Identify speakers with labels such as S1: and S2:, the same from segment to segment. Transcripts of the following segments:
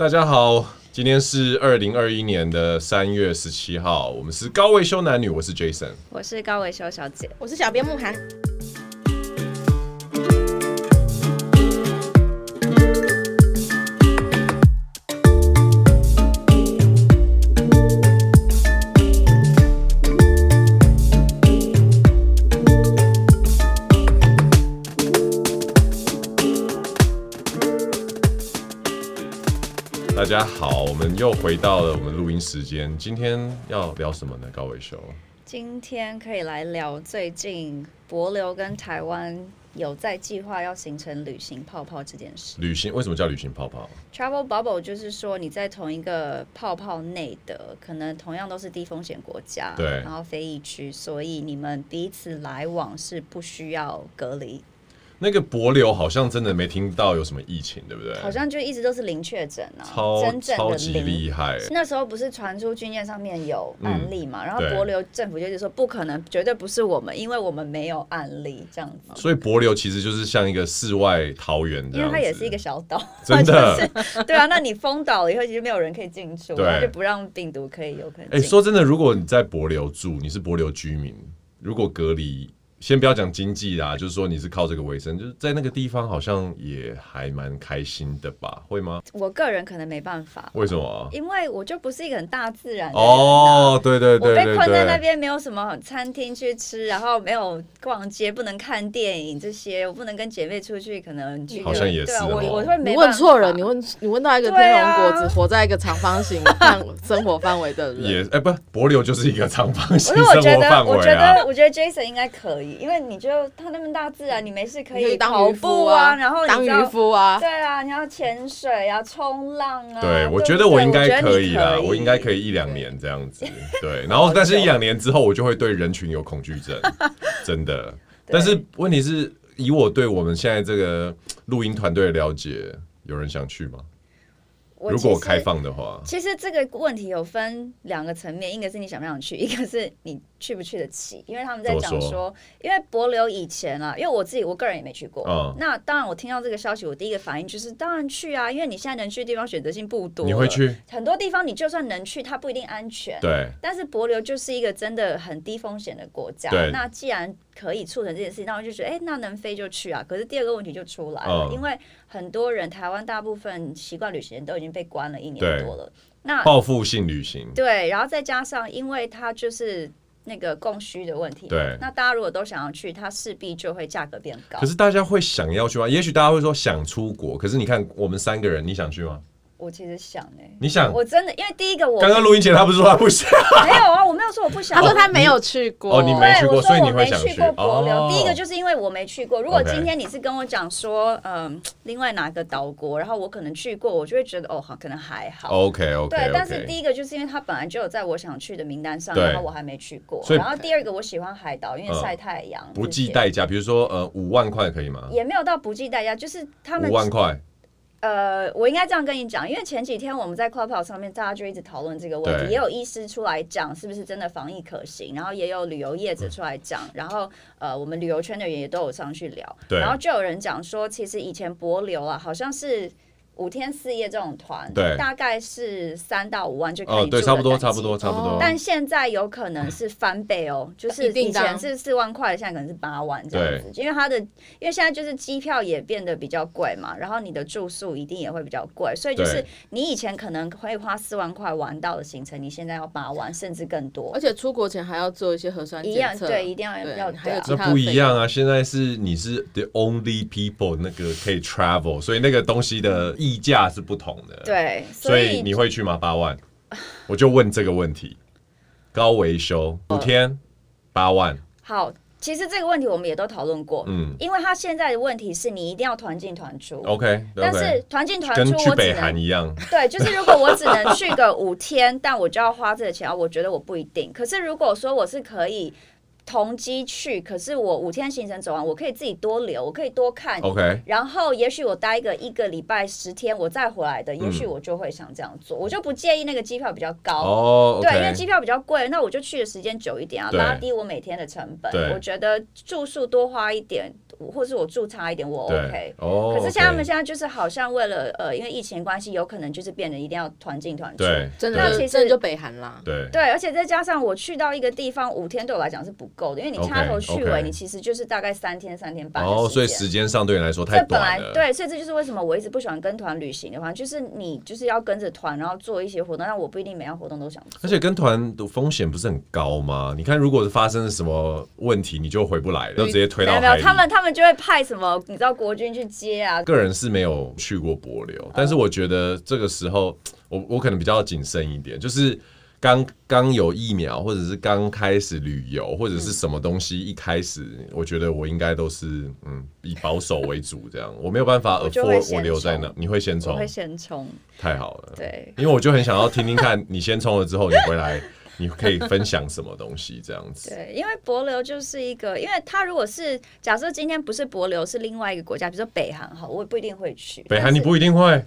S1: 大家好，今天是二零二一年的三月十七号，我们是高维修男女，我是 Jason。
S2: 我是高维修小姐，
S3: 我是小编慕涵，
S1: 大家好，我们又回到了我们录音时间，今天要聊什么呢？高维修，
S2: 今天可以来聊最近博流跟台湾有在计划要形成旅行泡泡这件事。
S1: 旅行为什么叫旅行泡泡？
S2: Travel bubble 就是说你在同一个泡泡内的，可能同样都是低风险国家，
S1: 对
S2: 然后非疫区，所以你们彼此来往是不需要隔离，
S1: 那个博流好像真的没听到有什么疫情，对不对？
S2: 好像就一直都是零确诊啊，
S1: 超
S2: 真正
S1: 超
S2: 的
S1: 级
S2: 零
S1: 厉害，
S2: 那时候不是传出军舰上面有
S1: 嗯
S2: 案例嘛，然后
S1: 对
S2: 博流政府就是说不可能，绝对不是我们，因为我们没有案例这样子。
S1: 所以博流其实就是像一个世外桃源这
S2: 因
S1: 样
S2: 为
S1: 子，
S2: 它也是一个小岛，
S1: 真的
S2: 就是对啊，那你封岛了以后，其实没有人可以进出，
S1: 对
S2: 它就不让病毒可以有可能
S1: 哎、
S2: 进。
S1: 说真的，如果你在博流住，你是博流居民，如果隔离，先不要讲经济啦，就是说你是靠这个为生，就是在那个地方好像也还蛮开心的吧？会吗？
S2: 我个人可能没办法，
S1: 为什么啊？
S2: 因为我就不是一个很大自然的人啊
S1: 哦，对对
S2: 我
S1: 对
S2: 被
S1: 对
S2: 困在那
S1: 对，
S2: 边，没有什么餐厅去吃，然后没有逛街，不能看电影这些，我不能跟姐妹出去，可能去
S1: 好像也是
S2: 对啊，
S1: 哦
S2: 我我会没
S3: 你问错
S2: 办
S3: 人，
S2: 法
S3: 你问你问到一个
S2: 对
S3: 天
S2: 啊
S3: 龙国，只活在一个长方形 范生活范围的
S1: 也
S3: 人，
S1: 哎、不，博流就是一个长方形
S2: 可 是我
S1: 生
S2: 觉
S1: 活
S2: 得，
S1: 范
S2: 我
S1: 围
S2: 觉
S1: 啊
S2: 得，。我觉得 Jason 应该可以，因为你就他那么大自然，你没事可
S3: 你可以当
S2: 跑
S3: 渔
S2: 步
S3: 夫
S2: 啊，然后
S3: 当
S2: 你知道
S3: 渔夫啊，
S2: 对啊，你要潜水啊，冲浪啊。
S1: 对，我
S2: 不
S1: 觉得我应该
S2: 我觉
S1: 可
S2: 得你
S1: 以
S2: 以
S1: 啦，我应该可以一两年这样子。对，然后但是一两年之后，我就会对人群有恐惧症，真 的。
S2: 对
S1: 但是问题是，以我对我们现在这个录音团队的了解，有人想去吗？
S2: 我
S1: 如
S2: 其实
S1: 果开。放的话，
S2: 其实这个问题有分两个层面，一个是你想不想去，一个是你去不去得起。因为他们在
S1: 怎
S2: 讲
S1: 么说
S2: 说，因为博流以前啊，因为我自己我个人也没去过。
S1: 嗯
S2: 那当然，我听到这个消息，我第一个反应就是当然去啊，因为你现在能去的地方选择性不多。
S1: 你会？去？
S2: 很多地方你就算能去，它不一定安全。
S1: 对，
S2: 但是博流就是一个真的很低风险的国家
S1: 对。
S2: 那既然可以促成这件事情，那我就觉得，哎、那能飞就去啊。可是第二个问题就出来了，
S1: 嗯
S2: 因为很多人，台湾大部分习惯旅行人都已经被关了一
S1: 对
S2: 年多了。那
S1: 报复性旅行，
S2: 对，然后再加上，因为它就是那个供需的问题嘛，
S1: 对
S2: 那大家如果都想要去，它势必就会价格变高
S1: 可。是大家会想要去吗？也许大家会说想出国，可是你看我们三个人，你想去吗？
S2: 我其实想哎、
S1: 你想？
S2: 我真的，因为第一个我
S1: 刚刚录音前他不是说他不想？
S2: 没有啊，我没有说我不想，
S3: 他说他没有去过，
S1: 哦你没
S2: 对，
S1: 去过
S2: 我
S1: 所
S2: 说
S1: 以你
S2: 我
S1: 会
S2: 没
S1: 想去
S2: 去过博流。
S1: 哦
S2: 第一个就是因为我没去过。如果
S1: OK
S2: 今天你是跟我讲说，嗯，另外哪个岛国，然后我可能去过，我就会觉得哦，好，可能还好。
S1: OK OK
S2: 对
S1: OK，
S2: 但是第一个就是因为它本来就有在我想去的名单上，
S1: 对
S2: 然后我还没去过。
S1: 所以
S2: 然后第二个我喜欢海岛，因为
S1: 嗯
S2: 晒太阳，
S1: 不计
S2: 这些
S1: 代价，比如说呃五万块可以吗？
S2: 也没有到不计代价，就是他们
S1: 五万块，
S2: 呃，我应该这样跟你讲，因为前几天我们在 Clubhouse 上面，大家就一直讨论这个问
S1: 对
S2: 题，也有医师出来讲是不是真的防疫可行，然后也有旅游业者出来讲，然后呃，我们旅游圈的人也都有上去聊，
S1: 对
S2: 然后就有人讲说，其实以前博流啊，好像是。五天四夜这种团，
S1: 对
S2: 大概是三到五万就可以、
S1: 哦，对，差不多，差不多，。差不
S3: 哦
S1: 多。
S2: 但现在有可能是翻倍哦，就是
S3: 一定
S2: 以
S3: 的啊
S2: 前是四万块，现在可能是八万这样子，因为它的因为现在就是机票也变得比较贵嘛，然后你的住宿一定也会比较贵，所以就是
S1: 对
S2: 你以前可能会花四万块玩到的行程，你现在要八万甚至更多
S3: 而，且出国前还要做一些核酸
S2: 一样
S3: 哦检测，
S2: 对，一定要要
S3: 还有
S2: 对啊
S3: 其
S1: 那
S3: 他的
S1: 不
S3: 费
S1: 一样啊！现在是你是 the only people 那个可以 travel，所以那个东西的溢价是不同的。，
S2: 对，
S1: 所
S2: 所
S1: 以
S2: 以
S1: 你会去吗？八万，我就问这个问题。高维修
S2: 哦
S1: 五天八万，
S2: 好，其实这个问题我们也都讨论过，
S1: 嗯
S2: 因为它现在的问题是你一定要团进团出。
S1: ，OK，
S2: 但是团进团
S1: 跟
S2: 出，
S1: 去
S2: 我只
S1: 北
S2: 能
S1: 韩一样，
S2: 对，就是如果我只能去个五天，但我就要花这个钱，哦我觉得我不一定。可是如果说我是可以同机去，可是我五天行程走完，我可以自己多留，我可以多看。
S1: OK，
S2: 然后，也许我待个一个礼拜、十天，我再回来的，也许我就会想这样做，我就不介意那个机票比较高。
S1: 嗯哦
S2: 对，因为
S1: ，OK，
S2: 机票比较贵，那我就去的时间久一点啊，
S1: 对
S2: 拉低我每天的成本
S1: 对。
S2: 我觉得住宿多花一点，或是我住差一点，我 OK
S1: 对。哦，
S2: 可是像他们
S1: OK
S2: 现在就是好像为了呃，因为疫情关系，有可能就是变得一定要团进团出。
S1: 对
S3: 真
S2: 那
S3: 的
S2: 其
S3: 就
S2: 实
S3: 真的就北韩啦。
S1: 对哦对
S2: 对，而且再加上我去到一个地方五天对我来讲是不够的，因为你掐头去尾
S1: OK，OK
S2: 你其实就是大概三天三天半的时间。
S1: 哦，所以时间上对你来说太
S2: 这本来
S1: 短了，
S2: 对，所以这就是为什么我一直不喜欢跟团旅行的话，就是你就是要跟着团，然后做一些活动，但我不一定每样活动都想做。
S1: 而且跟团的风险不是很高吗？你看，如果是发生了什么问题，你就回不来了，就直接推
S2: 没
S1: 到
S2: 有没
S1: 海
S2: 有，
S1: 里。
S2: 他们他们就会派什么，你知道国军去接啊，
S1: 个人是没有去过柏流，但是我觉得这个时候，我我可能比较谨慎一点，就是刚刚有疫苗，或者是刚开始旅游，或者是什么东西，一开始我觉得我应该都是嗯以保守为主，这样我没有办法
S2: 嗯我就会
S1: afford 我留在
S2: 先
S1: 那，你会先
S2: 我
S1: 冲，
S2: 会先冲。
S1: 太好了，
S2: 对，
S1: 因为我就很想要听听看你先冲了之后，你回来你可以分享什么东西这样子。
S2: 对，因为博流就是一个，因为它如果是假设今天不是博流，是另外一个国家，比如说北韩哈，我也不一定会去。
S1: 北韩
S2: 但
S1: 你
S2: 是
S1: 不一定会，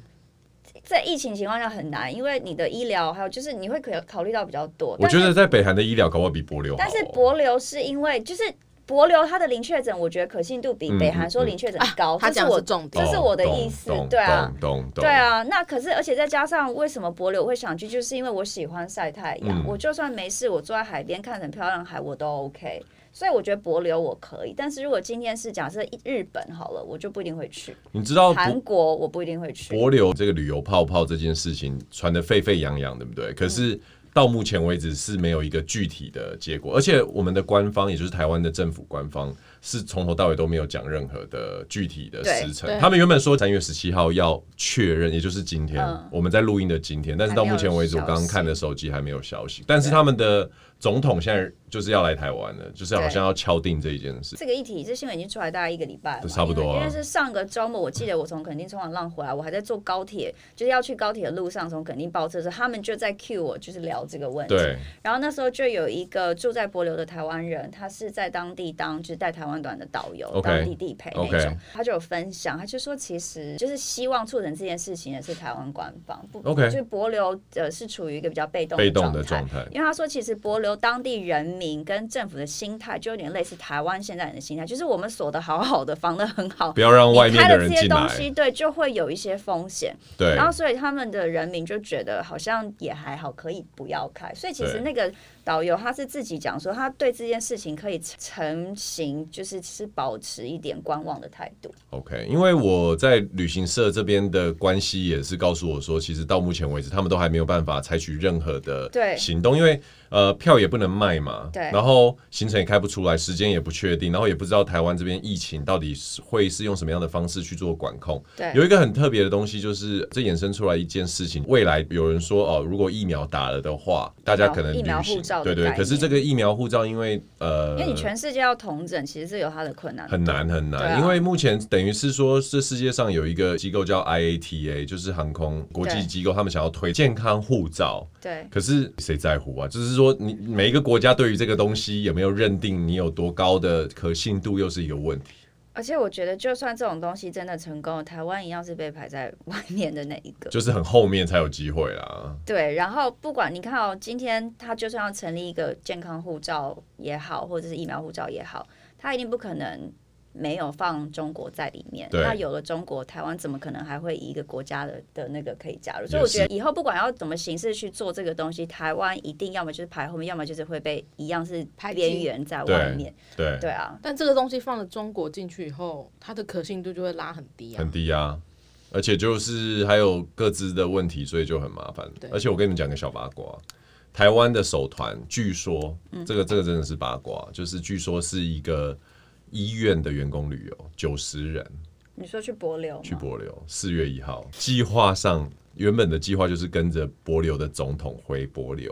S2: 在疫情情况下很难，因为你的医疗还有就是你会考考虑到比较多。
S1: 我觉
S2: 但
S1: 得
S2: 是，
S1: 在北韩的医疗搞不好比柏流好、哦。
S2: 但是博流是因为就是博流它的零确诊，我觉得可信度比
S1: 嗯
S2: 北
S1: 嗯
S2: 韩说
S1: 嗯
S2: 零确诊高，
S3: 啊他
S2: 哦这
S3: 讲
S2: 是
S3: 的
S2: 我
S3: 是重
S2: 这
S1: 哦
S3: 点，
S2: 是我的意思
S1: 懂
S2: 对啊，
S1: 懂懂懂，
S2: 对啊，那可是而且再加上为什么博流我会想去，就是因为我喜欢晒太阳，
S1: 嗯
S2: 我就算没事，我坐在海边看很漂亮的海，我都 OK。所以我觉得博流我可以，但是如果今天是假设日本好了，我就不一定会去；
S1: 你知道
S2: 韩
S1: 博
S2: 国我不一定会去。
S1: 博哦流这个旅游泡泡这件事情传得沸沸扬扬，对不
S2: 嗯
S1: 对？可是到目前为止是没有一个具体的结果，而且我们的官方，也就是台湾的政府官方，是从头到尾都没有讲任何的具体的
S2: 对
S1: 时辰
S3: 对。
S1: 他们原本说三月十七号要确认，也就是今天、
S2: 嗯
S1: 我们在录音的今天，但是到目前为止，
S2: 还
S1: 我
S2: 没
S1: 刚
S2: 有消息
S1: 刚看的手机还没有消息。但是
S2: 对
S1: 他们的总统现在就是要来台湾了，就是好像要敲定这一件事。
S2: 这个议题，这新闻已经出来大概一个礼拜了嘛，
S1: 差不多啊
S2: 因为因为是上个周末，我记得我从垦丁冲完浪回来，我还在坐高铁，就是要去高铁的路上，从垦丁包车的时候，他们就在 cue 我，就是聊这个问题。
S1: 对，
S2: 然后那时候就有一个住在柏流的台湾人，他是在当地当就是带台湾团的导游
S1: OK，
S2: 当地地陪那种
S1: OK
S2: 他就有分享，他就说其实就是希望促成这件事情的是台湾官方，不
S1: OK
S2: 就是柏流呃是处于一个比较被动
S1: 被动的
S2: 状态
S1: 状。态。
S2: 因为他说，其实博流当地人民跟政府的心态就有点类似台湾现在人的心态，就是我们锁的好好的，防的很好，
S1: 不要让外
S2: 你
S1: 面
S2: 开
S1: 的
S2: 了
S1: 人
S2: 这些
S1: 进
S2: 东
S1: 来
S2: 西，，对，就会有一些风险。
S1: 对，
S2: 然后所以他们的人民就觉得好像也还好，可以不要开。所以其实
S1: 对
S2: 那个导游他是自己讲说，他对这件事情可以成型，就是是保持一点观望的态度。
S1: OK，因为我在旅行社这边的关系也是告诉我说，其实到目前为止，他们都还没有办法采取任何
S2: 对
S1: 的行动，因为呃票也不能卖嘛，
S2: 对
S1: 然后行程也开不出来，时间也不确定，然后也不知道台湾这边疫情到底是会是用什么样的方式去做管控。
S2: 对
S1: 有一个很特别的东西，就是这衍生出来一件事情，未来有人说哦，如果疫苗打了的话，大家可能
S2: 疫苗
S1: 旅行
S2: 护照的
S1: 对对，
S2: 概念
S1: 可是这个疫苗护照，因为呃，
S2: 因为你全世界要同整，其实是有它的困难。
S1: 很难很难，
S2: 对啊
S1: 因为目前等于是说，这世界上有一个机构叫 IATA，就是航空国际
S2: 对
S1: 机构，他们想要推健康护照，
S2: 对
S1: 可是谁在乎啊？就是说，你每一个国家对于这个东西有没有认定，你有多高的可信度，又是一个问题。
S2: 而且我觉得，就算这种东西真的成功了，台湾一样是被排在外面的那一个。
S1: 就是很后面才有机会啦。
S2: 对，然后不管你看哦，今天他就算要成立一个健康护照也好，或者是疫苗护照也好，他一定不可能没有放中国在里面。
S1: 对
S2: 那有了中国，台湾怎么可能还会以一个国家的的那个可以加入？所以
S1: 也
S2: 我觉得
S1: 是
S2: 以后不管要怎么形式去做这个东西，台湾一定要么就是排后面，要么就是会被一样是
S3: 排挤
S2: 边缘在外
S1: 对
S2: 面。
S1: 对，
S2: 对啊，
S3: 但这个东西放了中国进去以后，它的可信度就会拉很低啊
S1: 很。低啊。而且就是还有各自的问题，所以就很麻烦
S3: 对。
S1: 而且我跟你们讲个小八卦，台湾的手团据说，
S3: 嗯
S1: 这个这个真的是八卦，就是据说是一个医院的员工旅游，九十人
S2: 你说去博流吗？
S1: 去博流，四月一号，计划上原本的计划就是跟着博流的总统回博流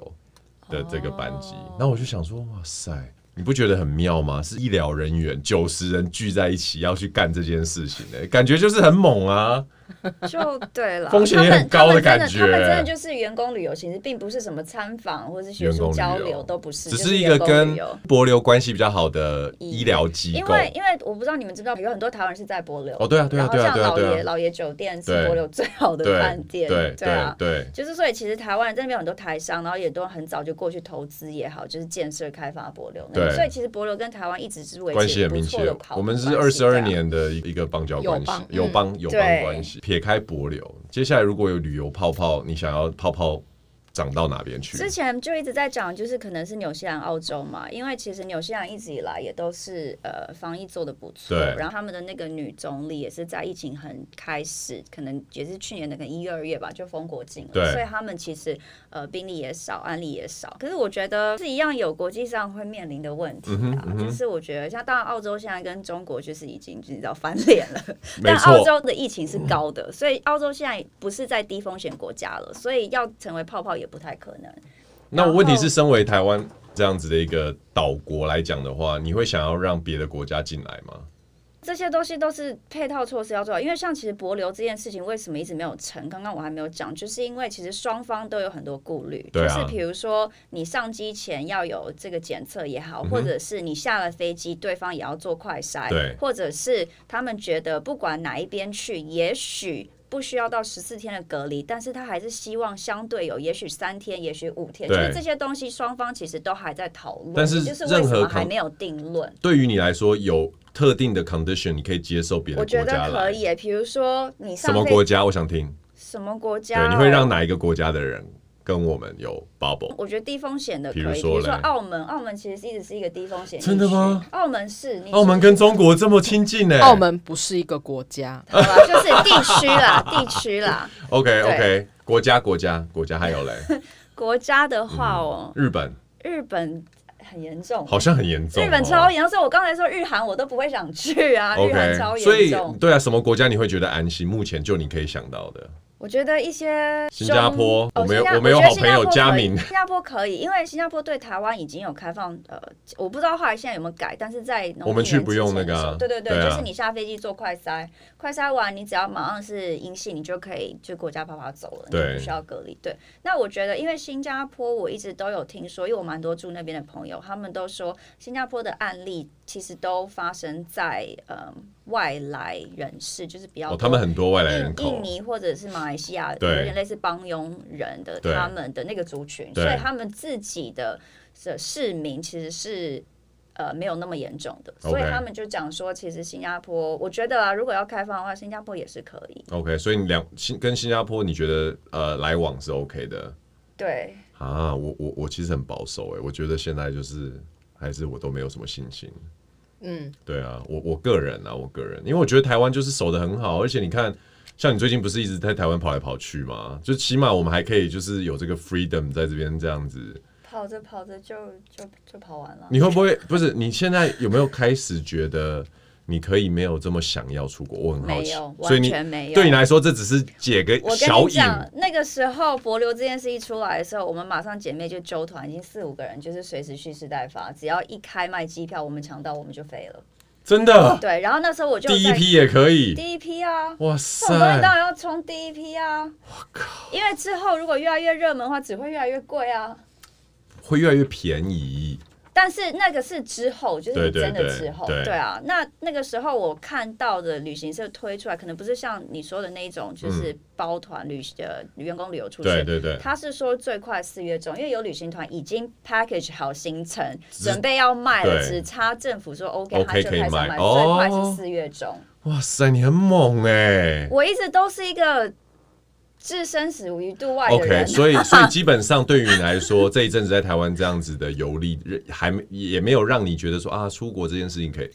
S1: 的这个班机
S2: 哦，
S1: 那、我就想说，哇塞。你不觉得很妙吗？是欸医疗人员九十人聚在一起要去干这件事情的、感觉就是很猛啊！
S2: 就对了，
S1: 风险也很高的感觉
S2: 他们他们真的他们真的就是员工旅游，其实并不是什么参访或是学术交
S1: 员工旅游
S2: 流，都不是，
S1: 哦只
S2: 就是
S1: 一
S2: 员
S1: 个
S2: 工
S1: 跟
S2: 旅游
S1: 博流关系比较好的
S2: 医
S1: 医疗机
S2: 因
S1: 构。
S2: 为因为我不知道你们知不知道，有很多台湾人是在博流
S1: 哦，对啊，对啊，对啊，
S2: 然后
S1: 对啊，
S2: 像老
S1: 对
S2: 爷
S1: 啊，
S2: 老爷酒店是
S1: 对
S2: 博流最好的饭
S1: 对，
S2: 店，
S1: 对，
S2: 对啊
S1: 对，。对，
S2: 就是所以，其实台湾人在那边有很多台商，然后也都很早就过去投资也好，就是建设开发博流那边。
S1: 对
S2: 所以其实博流跟台湾一直是维
S1: 关系
S2: 持
S1: 很
S2: 不
S1: 密
S2: 错
S1: 切
S2: 的好。
S1: 我们
S2: 关
S1: 是
S2: 系啊
S1: 二十二
S2: 这样嗯
S1: 年的一个邦交关系，
S3: 友
S1: 友
S3: 邦
S1: 邦友邦
S2: 对
S1: 关系。撇开柏流，接下来如果有旅游泡泡，你想要泡泡长到哪边去？
S2: 之前就一直在讲，就是可能是纽西兰、澳洲嘛，因为其实纽西兰一直以来也都是呃防疫做的不错，
S1: 对
S2: 然后他们的那个女总理也是在疫情很开始，可能也是去年的可能一二月吧，就封国境了，
S1: 对
S2: 所以他们其实呃病例也少，案例也少。可是我觉得是一样有国际上会面临的问题
S1: 嗯
S2: 啊
S1: 哼，嗯哼
S2: 就是我觉得像当然澳洲现在跟中国就是已经你知道翻脸了，
S1: 没
S2: 但澳
S1: 错，
S2: 洲的疫情是高的，所以澳洲现在不是在低风险国家了，所以要成为泡泡也不太可能。
S1: 那
S2: 然
S1: 问题
S2: 后
S1: 是，身为台湾这样子的一个岛国来讲的话，你会想要让别的国家进来吗？
S2: 这些东西都是配套措施要做好，因为像其实博流这件事情为什么一直没有成，刚刚我还没有讲，就是因为其实双方都有很多顾虑，
S1: 对啊
S2: 就是比如说你上机前要有这个检测也好，或者是你下了飞机对方也要做快筛，
S1: 对
S2: 或者是他们觉得不管哪一边去，也许。不需要到十四天的隔离，但是他还是希望相对有，也许三天，也许五天，就
S1: 对
S2: 是这些东西双方其实都还在讨论，
S1: 但是
S2: 就是为
S1: 任
S2: 什
S1: 何
S2: 么还
S1: 考
S2: 没有定论。
S1: 对于你来说，有特定的 condition，你可以接受别的
S2: 我觉
S1: 国家
S2: 得可
S1: 来。
S2: 以耶，比如说你
S1: 什
S2: 上
S1: 么
S2: 飞
S1: 国家？我想听。
S2: 什么国家、哦
S1: 对，你会让？哪一个国家的人跟我们有 bubble？
S2: 我觉得低风险的可以，
S1: 比如
S2: 比
S1: 说
S2: 如说
S1: 嘞
S2: 澳门，澳门其实一直是一个低风险地区。
S1: 真的吗
S2: 澳门是，你
S1: 澳门哦跟中国这么亲近呢、
S3: 澳门不是一个国家，
S2: 好吧，就是地区啦，地区啦。
S1: OK
S2: 对
S1: OK，国家国家国家还有 嘞，
S2: 国家的话哦，
S1: 日本
S2: 日本很严重，
S1: 嗯好像很严重哦、
S2: 日本超严重，所以我刚才说日韩我都不会想去啊，日韩超
S1: OK，所以
S2: 严重。
S1: 对啊，什么国家你会觉得安心？目前就你可以想到的，
S2: 我觉得一些
S1: 新加坡
S2: 中
S1: 我们有
S2: 哦新加
S1: 我们有
S2: 觉得
S1: 好朋友
S2: 新加坡
S1: 嘉
S2: 可以
S1: 明
S2: 新加坡可以，因为新加坡对台湾已经有开放，呃，我不知道后来现在有没有改，但是在农历
S1: 我们去
S2: 年
S1: 不
S2: 之
S1: 用
S2: 前
S1: 那
S2: 的
S1: 个
S2: 时候
S1: 啊
S2: 对对对，
S1: 对
S2: 就
S1: 啊
S2: 是你下飞机做快筛，快筛完你只要马上是阴性，你就可以就国家啪啪走了，你
S1: 对
S2: 不需要隔离。对，那我觉得因为新加坡我一直都有听说，因为我蛮多住那边的朋友，他们都说新加坡的案例其实都发生在嗯外来人士，就是比较
S1: 哦，
S2: 多
S1: 他们很多外来人
S2: 印印
S1: 口，
S2: 尼或者是马来西亚，有
S1: 对
S2: 点类似帮佣人的
S1: 对
S2: 他们的那个族群，所
S1: 对
S2: 以他们自己的的市民其实是。呃，没有那么严重的，所以
S1: OK
S2: 他们就讲说，其实新加坡，我觉得啊，如果要开放的话，新加坡也是可以。
S1: OK，所以你两新跟新加坡，你觉得呃来往是 OK 的
S2: 对，
S1: 啊？我我我其实很保守哎、我觉得现在就是还是我都没有什么信心。
S3: 嗯，
S1: 对啊，我我个人啊，我个人，因为我觉得台湾就是守的很好，而且你看，像你最近不是一直在台湾跑来跑去嘛，就起码我们还可以就是有这个 freedom 在这边这样子。
S2: 跑着跑着就就就跑完了。
S1: 你会不会不是？你现在有没有开始觉得你可以没有这么想要出国？我很好
S2: 没
S1: 奇
S2: 有，，
S1: 所以
S2: 完
S1: 你
S2: 全没有。
S1: 对你来说这只是解个
S2: 我跟
S1: 小
S2: 你
S1: 瘾，
S2: 讲，那个时候博流这件事一出来的时候，我们马上姐妹就揪团，已经四五个人，就是随时蓄势待发。只要一开卖机票，我们抢到我们就飞了。
S1: 真的，
S2: 对，然后那时候我就
S1: 第一
S2: 在
S1: 批也可以。
S2: 第一批啊，
S1: 哇
S2: 这种东西当
S1: 塞！
S2: 然要冲第一批啊。我靠！因为之后如果越来越热门的话，只会越来越贵啊。
S1: 会越来越便宜，
S2: 但是那个是之后，就
S1: 对
S2: 是你
S1: 对
S2: 真的
S1: 对
S2: 之后，
S1: 对
S2: 啊。那那个时候我看到的旅行社推出来，可能不是像你说的那一种，就是包团旅呃员工旅游出去，
S1: 嗯对对对，
S2: 他是说最快四月中，因为有旅行团已经 package 好行程，
S1: 只
S2: 准备要卖了，
S1: 对
S2: 只差政府说 OK，
S1: OK，
S2: 他就
S1: 可以
S2: 开始
S1: 卖
S2: 卖，最
S1: 哦
S2: 快是四月中。
S1: 哇塞，你很猛哎、
S2: 我一直都是一个置身死于度外的
S1: OK，
S2: 人。啊
S1: 所以所以基本上对于你来说，这一阵子在台湾这样子的游历，还没也没有让你觉得说啊，出国这件事情可以。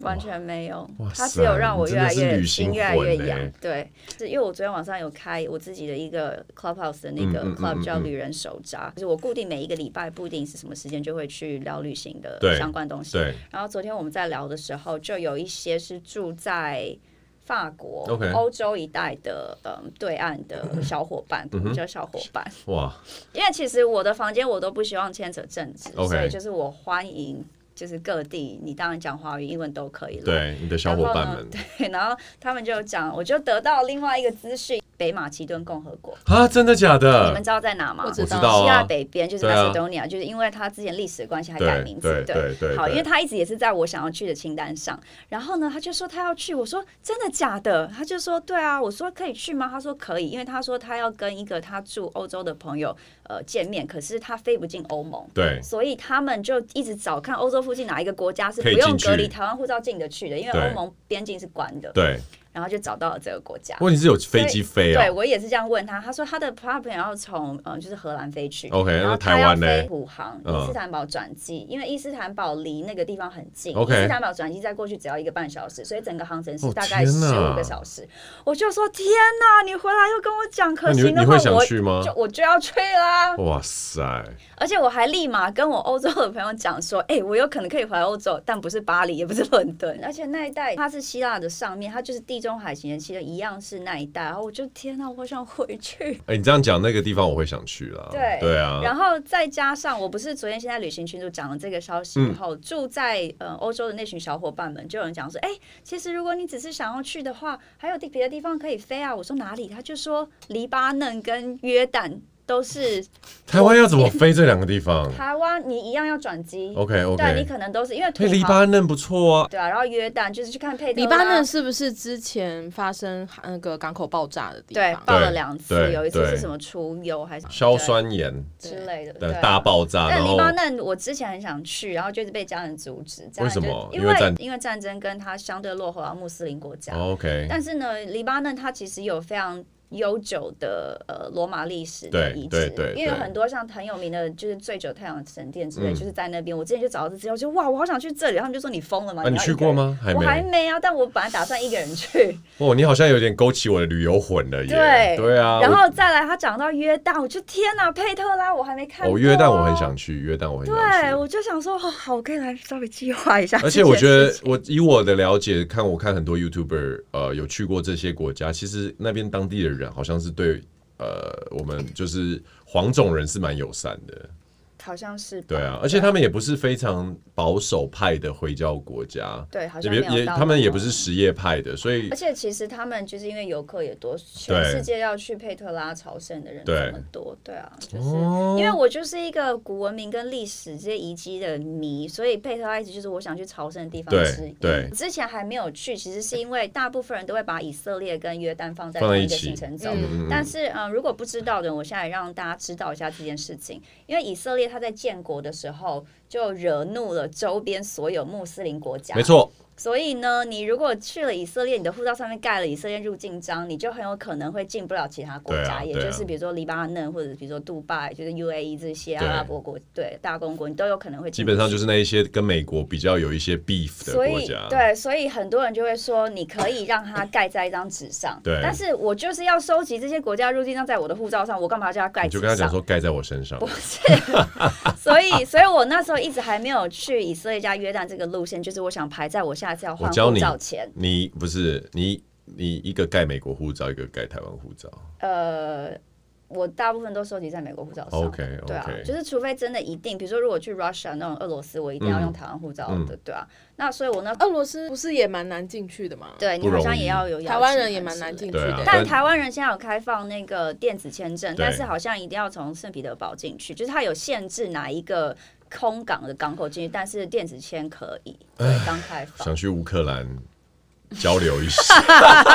S2: 完全没有
S1: 哇，塞
S2: 它只有让我越来
S1: 你真的
S2: 越
S1: 是旅行魂
S2: 心越来越痒
S1: 欸。
S2: 对，是因为我昨天晚上有开我自己的一个 clubhouse 的那个
S1: 嗯嗯嗯
S2: club
S1: 嗯
S2: 叫
S1: 嗯
S2: 旅人手札，就是我固定每一个礼拜不一定是什么时间就会去聊旅行的
S1: 对
S2: 相关东西。
S1: 对
S2: 然后昨天我们在聊的时候，就有一些是住在法国、
S1: OK
S2: 欧洲一带的嗯对岸的小伙伴，
S1: 嗯
S2: 我们叫小伙伴。
S1: 哇，
S2: 因为其实我的房间我都不希望牵扯政治
S1: OK
S2: 所以就是我欢迎就是各地，你当然讲华语、英文都可以了。
S1: 对你的小伙伴们
S2: 对， 然后他们就讲，我就得到另外一个资讯：北马其顿共和国，
S1: 啊，真的假
S2: 你
S1: 的
S2: 们？知道在哪吗？
S3: 我知
S1: 我知
S3: 道
S1: 道
S2: 希腊
S1: 啊，
S2: 北边就是
S1: 对啊
S2: Macedonia，、就是因为它之前历史的关系还
S1: 对
S2: 改名字，
S1: 对对对
S2: 好，
S1: 对
S2: 因为他一直也是在我想要去的清单上。然后呢，他就说他要去，我说真的假的？他就说对啊，我说可以去吗？他说可以，因为他说他要跟一个他住欧洲的朋友呃见面，可是他飞不进欧盟。
S1: 对
S2: 所以他们就一直找看欧洲附近哪一个国家是不
S1: 可以
S2: 用
S1: 进去
S2: 隔离台湾护照进得去的，因为
S1: 对
S2: 欧盟边境是关的，
S1: 对，
S2: 然后就找到了这个国家。
S1: 问题是有飞机飞啊
S2: 对，我也是这样问他，他说他的他朋友要从嗯、呃就是荷兰飞去
S1: OK，
S2: 然后
S1: 那
S2: 他
S1: 台
S2: 要
S1: 湾
S2: 飞
S1: 嘞
S2: 虎航
S1: 嗯
S2: 伊斯坦堡转机，因为伊斯坦堡离那个地方很近
S1: OK
S2: 伊斯坦堡转机再过去只要一个半小时，所以整个航程是
S1: 哦
S2: 大概
S1: 天
S2: 十
S1: 哪
S2: 五个小时。我就说天哪，你回来又跟我讲可
S1: 那你
S2: 行
S1: 你
S2: 的话，
S1: 会想
S2: 我
S1: 去吗？
S2: 就我就要去啦。
S1: 哇塞，
S2: 而且我还立马跟我欧洲的朋友讲说， 哎、我有可能可以回欧洲，但不是巴黎，也不是伦敦，而且那一带它是希腊的上面，它就是地中海型的，其实一样是那一带。然后我就天哪，我想回去。
S1: 哎，你这样讲那个地方我会想去啦。
S2: 对
S1: 对啊，
S2: 然后再加上，我不是昨天现在旅行群组讲了这个消息以后，住在呃欧洲的那群小伙伴们，就有人讲说，哎、其实如果你只是想要去的话，还有地别的地方可以飞啊。我说哪里？他就说黎巴嫩跟约旦都是
S1: 台湾要怎么飞这两个地方
S2: 台湾，你一样要转机。
S1: ？OK
S2: 对你
S1: OK，
S2: 可能都是因为土
S1: 哎嘿，黎
S2: 豪
S1: 巴嫩不错啊，
S2: 对啊，然后约旦就是去看佩特拉
S3: 黎巴嫩是不是之前发生那个港口爆炸的地
S2: 对
S3: 方？
S2: 爆了两次，
S1: 对
S2: 有一次是
S1: 对
S2: 什么出油还是
S1: 硝酸盐
S2: 对之类的，对
S1: 的
S2: 啊
S1: 大。爆炸，
S2: 但
S1: 然
S2: 黎
S1: 后
S2: 巴嫩，我之前很想去，然后就是被家人阻止。家人
S1: 为什
S2: 就
S1: 么
S2: 因
S1: 因为
S2: 为
S1: 战
S2: 因为战争跟它相对落后啊，穆斯林国家。
S1: 哦 OK，
S2: 但是呢，黎巴嫩它其实有非常悠久的呃罗马历史的
S1: 对
S2: 遗
S1: 对
S2: 址，
S1: 对
S2: 因为有
S1: 对
S2: 很多像很有名的就是醉酒太阳神殿之类，
S1: 嗯
S2: 就是在那边。我之前就找到这资料，就哇，我好想去这里。他们就说你疯了吗？
S1: 啊，你
S2: 要
S1: 去
S2: 一个
S1: 过
S2: 人？
S1: 吗？还
S2: 我还
S1: 没。
S2: 没啊，但我本来打算一个人去。
S1: 哦，你好像有点勾起我的旅游魂了耶。
S2: 对
S1: 对 啊，
S2: 然
S1: 我
S2: 后再来，他讲到约旦，我就天哪，佩特拉我还没看过、
S1: 哦，约旦我很想。去，约旦我很想
S2: 对，
S1: 去。
S2: 我就想说，哦，好，我可以来稍微计划一下。
S1: 而且我觉得，，我以我的了解，看我看很多 YouTuber，呃，有去过这些国家，其实那边当地的人好像是对，呃，我们就是黄种人是蛮友善的，
S2: 好像是吧
S1: 对啊，而且他们也不是非常保守派的回教国家，
S2: 对，好
S1: 也
S2: 像没有
S1: 也
S2: 到
S1: 他们
S2: 那
S1: 也
S2: 么
S1: 不是。什叶派的，所以
S2: 而且其实他们就是因为游客也多，全
S1: 对
S2: 世界要去佩特拉朝圣的人
S1: 对
S2: 这么多，对啊，就是、
S1: 哦
S2: 因为我就是一个古文明跟历史这些遗迹的迷，所以佩特拉一直就是我想去朝圣的地方
S1: 对
S2: 之一。
S1: 对
S2: 之前还没有去，其实是因为大部分人都会把以色列跟约旦放在
S1: 放在
S2: 同
S1: 一
S2: 个
S1: 起
S2: 行程走，
S1: 嗯
S2: 但是，嗯，如果不知道的，我现在让大家知道一下这件事情，因为以色列他在建国的时候就惹怒了周边所有穆斯林国家，
S1: 没。错，
S2: 所以呢，你如果去了以色列，你的护照上面盖了以色列入境章，你就很有可能会进不了其他国
S1: 对
S2: 家，
S1: 啊
S2: 也
S1: 对啊
S2: 就是比如说黎巴嫩或者比如说杜拜，就是 UAE 这些
S1: 对
S2: 阿拉伯国，对大公国，你都有可能会
S1: 基
S2: 进不去。
S1: 本上就是那一些跟美国比较有一些 beef 的
S2: 所
S1: 国
S2: 以
S1: 家，
S2: 对，所以很多人就会说，你可以让它盖在一张纸上，
S1: 对
S2: 但是我就是要收集这些国家入境章在我的护照上，我干嘛要叫它盖
S1: 你
S2: 纸
S1: 就
S2: 上？
S1: 跟他讲说盖在我身上
S2: 不，是，啊所以， 所以我那时候一直还没有去以色列加约旦这个路线，就是我想排在我下次要换
S1: 我教
S2: 护
S1: 你
S2: 照前，
S1: 你不是你你一个盖美国护照，一个盖台湾护照，
S2: 呃，我大部分都收集在美国护照上。
S1: OK，OK
S2: 对啊，就是除非真的一定，比如说如果去 Russia 那种俄罗斯，我一定
S1: 嗯
S2: 要用台湾护照的，对啊。那所以我那
S3: 俄罗斯不是也蛮难进去的吗？，
S2: 对你
S1: 不
S2: 好
S1: 容
S2: 像
S1: 易
S2: 也要有邀
S3: 台湾
S2: 请
S3: 人也
S2: 函
S3: 蛮
S2: 之
S3: 难
S2: 类
S3: 进去
S2: 的。
S1: 对啊
S3: 的。
S2: 但
S1: 但
S2: 台湾人现在有开放那个电子签证，
S1: 对
S2: 但是好像一定要从圣彼得堡进去，就是它有限制哪一个空港的港口进去，但是电子签可以，对，刚开放
S1: 想。去乌克兰交流一下。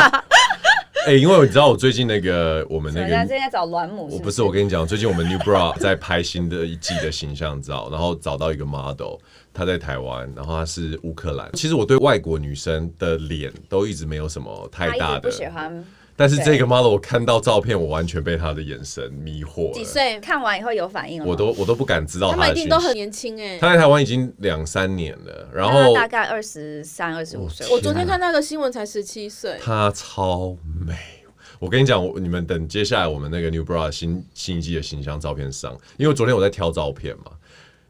S1: 哎、因为我知道我最近那个我们
S2: 怎
S1: 那
S2: 么样？
S1: 个，
S2: 现在找软母是
S1: 我
S2: 不
S1: 不
S2: 是
S1: 是我跟你讲，最近我们 New Bra 在拍新的一季的形象照，然后找到一个 model，她在台湾，然后她是乌克兰。其实我对外国女生的脸都一直没有什么
S2: 他
S1: 太
S2: 一
S1: 大
S2: 直
S1: 的
S2: 不，喜欢。
S1: 但是这个 model 我看到照片，我完全被她的眼神迷惑
S3: 几
S1: 了，
S3: 岁？
S2: 看完以后有反应了吗，
S1: 我都我都不敢知道
S3: 他们
S1: 她
S3: 一
S1: 的
S3: 定
S1: 讯
S3: 都很
S1: 息。
S3: 年轻哎、
S1: 她在台湾已经两三年了，然
S2: 那
S1: 后
S2: 大概二十三、二十五岁。
S1: 天
S2: 我
S3: 我昨天看那个新闻才十七岁，
S1: 她超美。我跟你讲，我你们等接下来我们那个 New Bra 新新一季的形象照片上，因为我昨天我在挑照片嘛，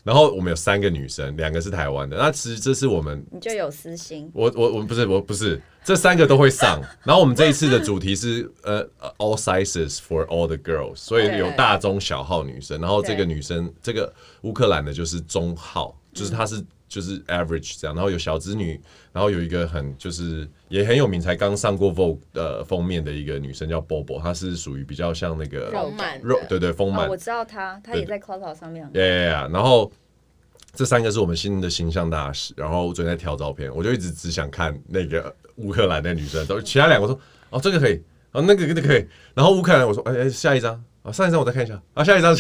S1: 然后我们有三个女生，两个是台湾的，那其实这是我们
S2: 你就有私心，
S1: 我我我不是我不是这三个都会上， 然后我们这一次的主题是呃呃 all sizes for all the girls，所以有
S3: 对
S1: 大中小号女生，然后这个
S2: 对
S1: 女生这个乌克兰的就是中号，就是她是就是 average 这样，然后有小资女，然后有一个很就是也很有名，才刚上过 Vogue 呃封面的一个女生叫 Bobo，她是属于比较像那个
S3: 肉满
S1: 肉
S3: 的
S1: 对对丰
S2: 哦
S1: 满，
S2: 我知道他，他也在 Clubhouse 上面。
S1: 呀呀呀！然后这三个是我们新的形象大使。然后我昨天在挑照片，我就一直只想看那个乌克兰的女生，其他两个我说哦这个可以，哦那个那个可以。然后乌克兰我说哎哎下一张啊上一张我再看一下啊下一张。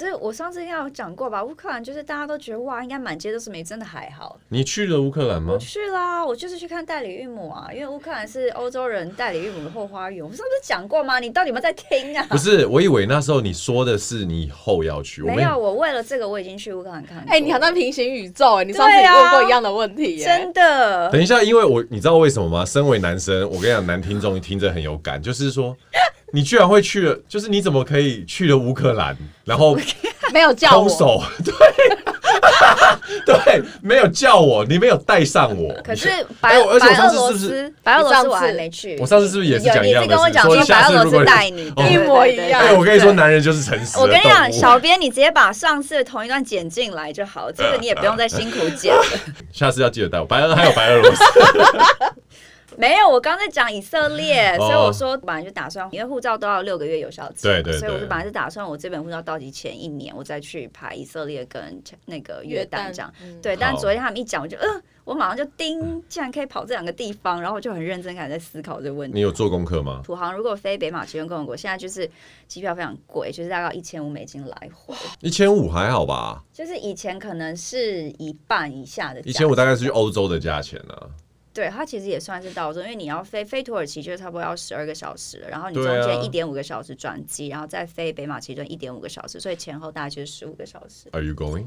S2: 就是我上次应该有讲过吧，乌克兰就是大家都觉得哇，应该满街都是美，真的还好。
S1: 你去了乌克兰吗
S2: 我？去啦，我就是去看代理孕母啊，因为乌克兰是欧洲人代理孕母的后花园。我上次讲过吗？你到底有没有在听 啊？
S1: 不是，我以为那时候你说的是你以后要去，我
S2: 没有，我为了这个我已经去乌克兰看过。
S3: 哎、你好像平行宇宙哎、你上次
S2: 对
S3: 也
S2: 啊
S3: 问过一样的问题耶、
S2: 真的
S1: 等一下，因为我你知道为什么吗？身为男生，我跟你讲，男听众听着很有感，就是说你居然会去了，就是你怎么可以去了乌克兰，然后
S3: 没有叫
S1: 空
S3: 我。
S1: 手， 对对，没有叫我，你没有带上我。
S2: 可是
S1: 你
S2: 白
S1: 哎我而且我
S2: 白
S1: 上
S2: 俄
S1: 次
S2: 罗
S1: 是不是
S2: 斯，白俄罗
S3: 你
S2: 斯
S3: 上
S2: 我
S3: 次
S2: 还没去。
S1: 我上次是不是也是
S2: 有
S1: 讲一
S2: 你
S1: 样
S2: 是
S1: 的
S2: 跟我
S1: 事？
S2: 讲
S1: 说
S2: 说白
S1: 下
S2: 俄
S1: 次
S2: 罗
S1: 如果
S2: 斯
S1: 你
S2: 带你，
S1: 哦
S2: 对
S3: 一模一
S1: 哎、
S2: 对
S3: 样
S2: 对对
S1: 我跟你说，男人就是诚实的
S2: 我跟你讲，
S1: 动物
S2: 小编你直接把上次的同一段剪进来就好，这 个你也不用再辛苦剪 了。
S1: 下次要记得带我。白俄还有白俄罗斯，
S2: 没有，我刚才讲以色列，
S1: 哦
S2: 所以我说本来就打算，因为护照都要六个月有效期嘛，
S1: 对对对
S2: 所以我是本来是打算我这本护照到期前一年，我再去拍以色列跟那个约旦这样。
S3: 嗯
S2: 对，但
S1: 好
S2: 昨天他们一讲，我就嗯、呃我马上就叮，竟然可以跑这两个地方，然后我就很认真开始在思考这个问题。
S1: 你有做功课吗？
S2: 土航如果飞北马其顿共和国，现在就是机票非常贵，就是大概一千五美金来回，
S1: 一千五还好吧？
S2: 就是以前可能是一半以下的价钱。
S1: 一千五大概是去欧洲的价钱啊。
S2: 对，它其实也算是到中，因为你要飞飞土耳其就是差不多要十二个小时了，然后你中
S1: 对啊
S2: 间一点五个小时转机，然后再飞北马其顿一点五个小时，所以前后大概就是十五个小时。
S1: Are you going？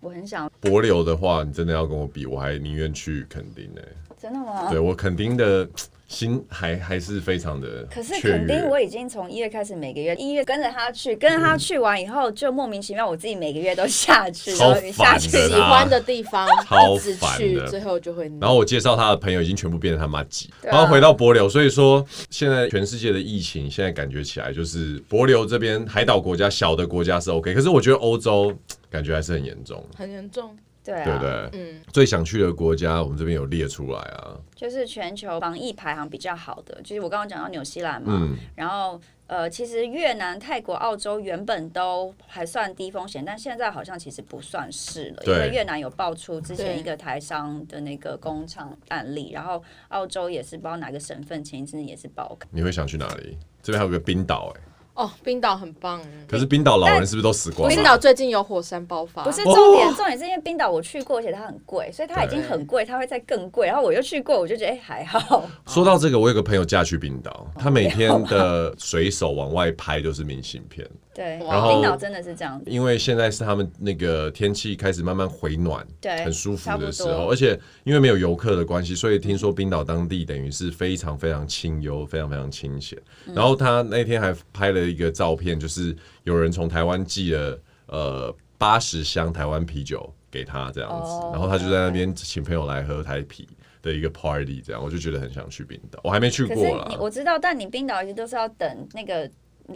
S2: 我很想，
S1: 柏流的话，你真的要跟我比，我还宁愿去垦丁呢、
S2: 真的吗？
S1: 对我垦丁的心还还是非常的
S2: 可是
S1: 雀跃
S2: 肯定我已经从一月开始每个月一月跟着他去，跟着他去完以后，就莫名其妙我自己每个月都下去，
S1: 超
S2: 终于下去
S1: 烦的
S3: 喜
S1: 啦
S3: 欢的地方
S1: 啊超
S3: 一直
S1: 烦
S3: 去，
S1: 的
S3: 最后就会腻。
S1: 然后我介绍他的朋友已经全部变成他妈鸡，
S2: 对啊
S1: 然后回到柏流，所以说现在全世界的疫情现在感觉起来就是柏流这边海岛国家小的国家是 OK，可是我觉得欧洲嘖感觉还是很严重，
S3: 很严重，
S2: 对啊，
S1: 对不对？
S3: 嗯，
S1: 最想去的国家我们这边有列出来啊，
S2: 就是全球防疫排行比较好的，就是我刚刚讲到纽西兰嘛，
S1: 嗯，
S2: 然后呃，其实越南、泰国、澳洲原本都还算低风险，但现在好像其实不算是了，因为
S1: 对
S2: 越南有爆出之前
S3: 对
S2: 一个台商的那个工厂案例，然后澳洲也是不知道哪个省份前一阵子也是爆开。
S1: 你会想去哪里？这边还有个冰岛，哎，
S3: 哦，冰岛很棒，嗯
S1: 可是冰岛老人是不是都死光了？
S3: 冰岛最近有火山爆发，
S2: 不是
S1: 哦
S2: 重点，重点是因为冰岛我去过，而且它很贵，所以它已经
S1: 对
S2: 很贵，它会再更贵。然后我又去过，我就觉得哎、还好。
S1: 说到这个，我有个朋友嫁去冰岛，他每天的随手往外拍都是明信片，
S2: 对，
S3: 然
S1: 后
S2: 冰岛真的是这样子。
S1: 因为现在是他们那个天气开始慢慢回暖，
S2: 对
S1: 很舒服的时
S2: 差不
S1: 候，
S2: 多
S1: 而且因为没有游客的关系，所以听说冰岛当地等于是非常非常清幽，非常非常清闲。
S2: 嗯
S1: 然后他那天还拍了一个照片，就是有人从台湾寄了呃八十箱台湾啤酒给他这样子，
S2: 哦
S1: 然后他就在那边请朋友来喝台啤。的一个 party 这样，我就觉得很想去冰岛，我还没去
S2: 可
S1: 过
S2: 是
S1: 啦。
S2: 你我知道，但你冰岛一直都是要等那个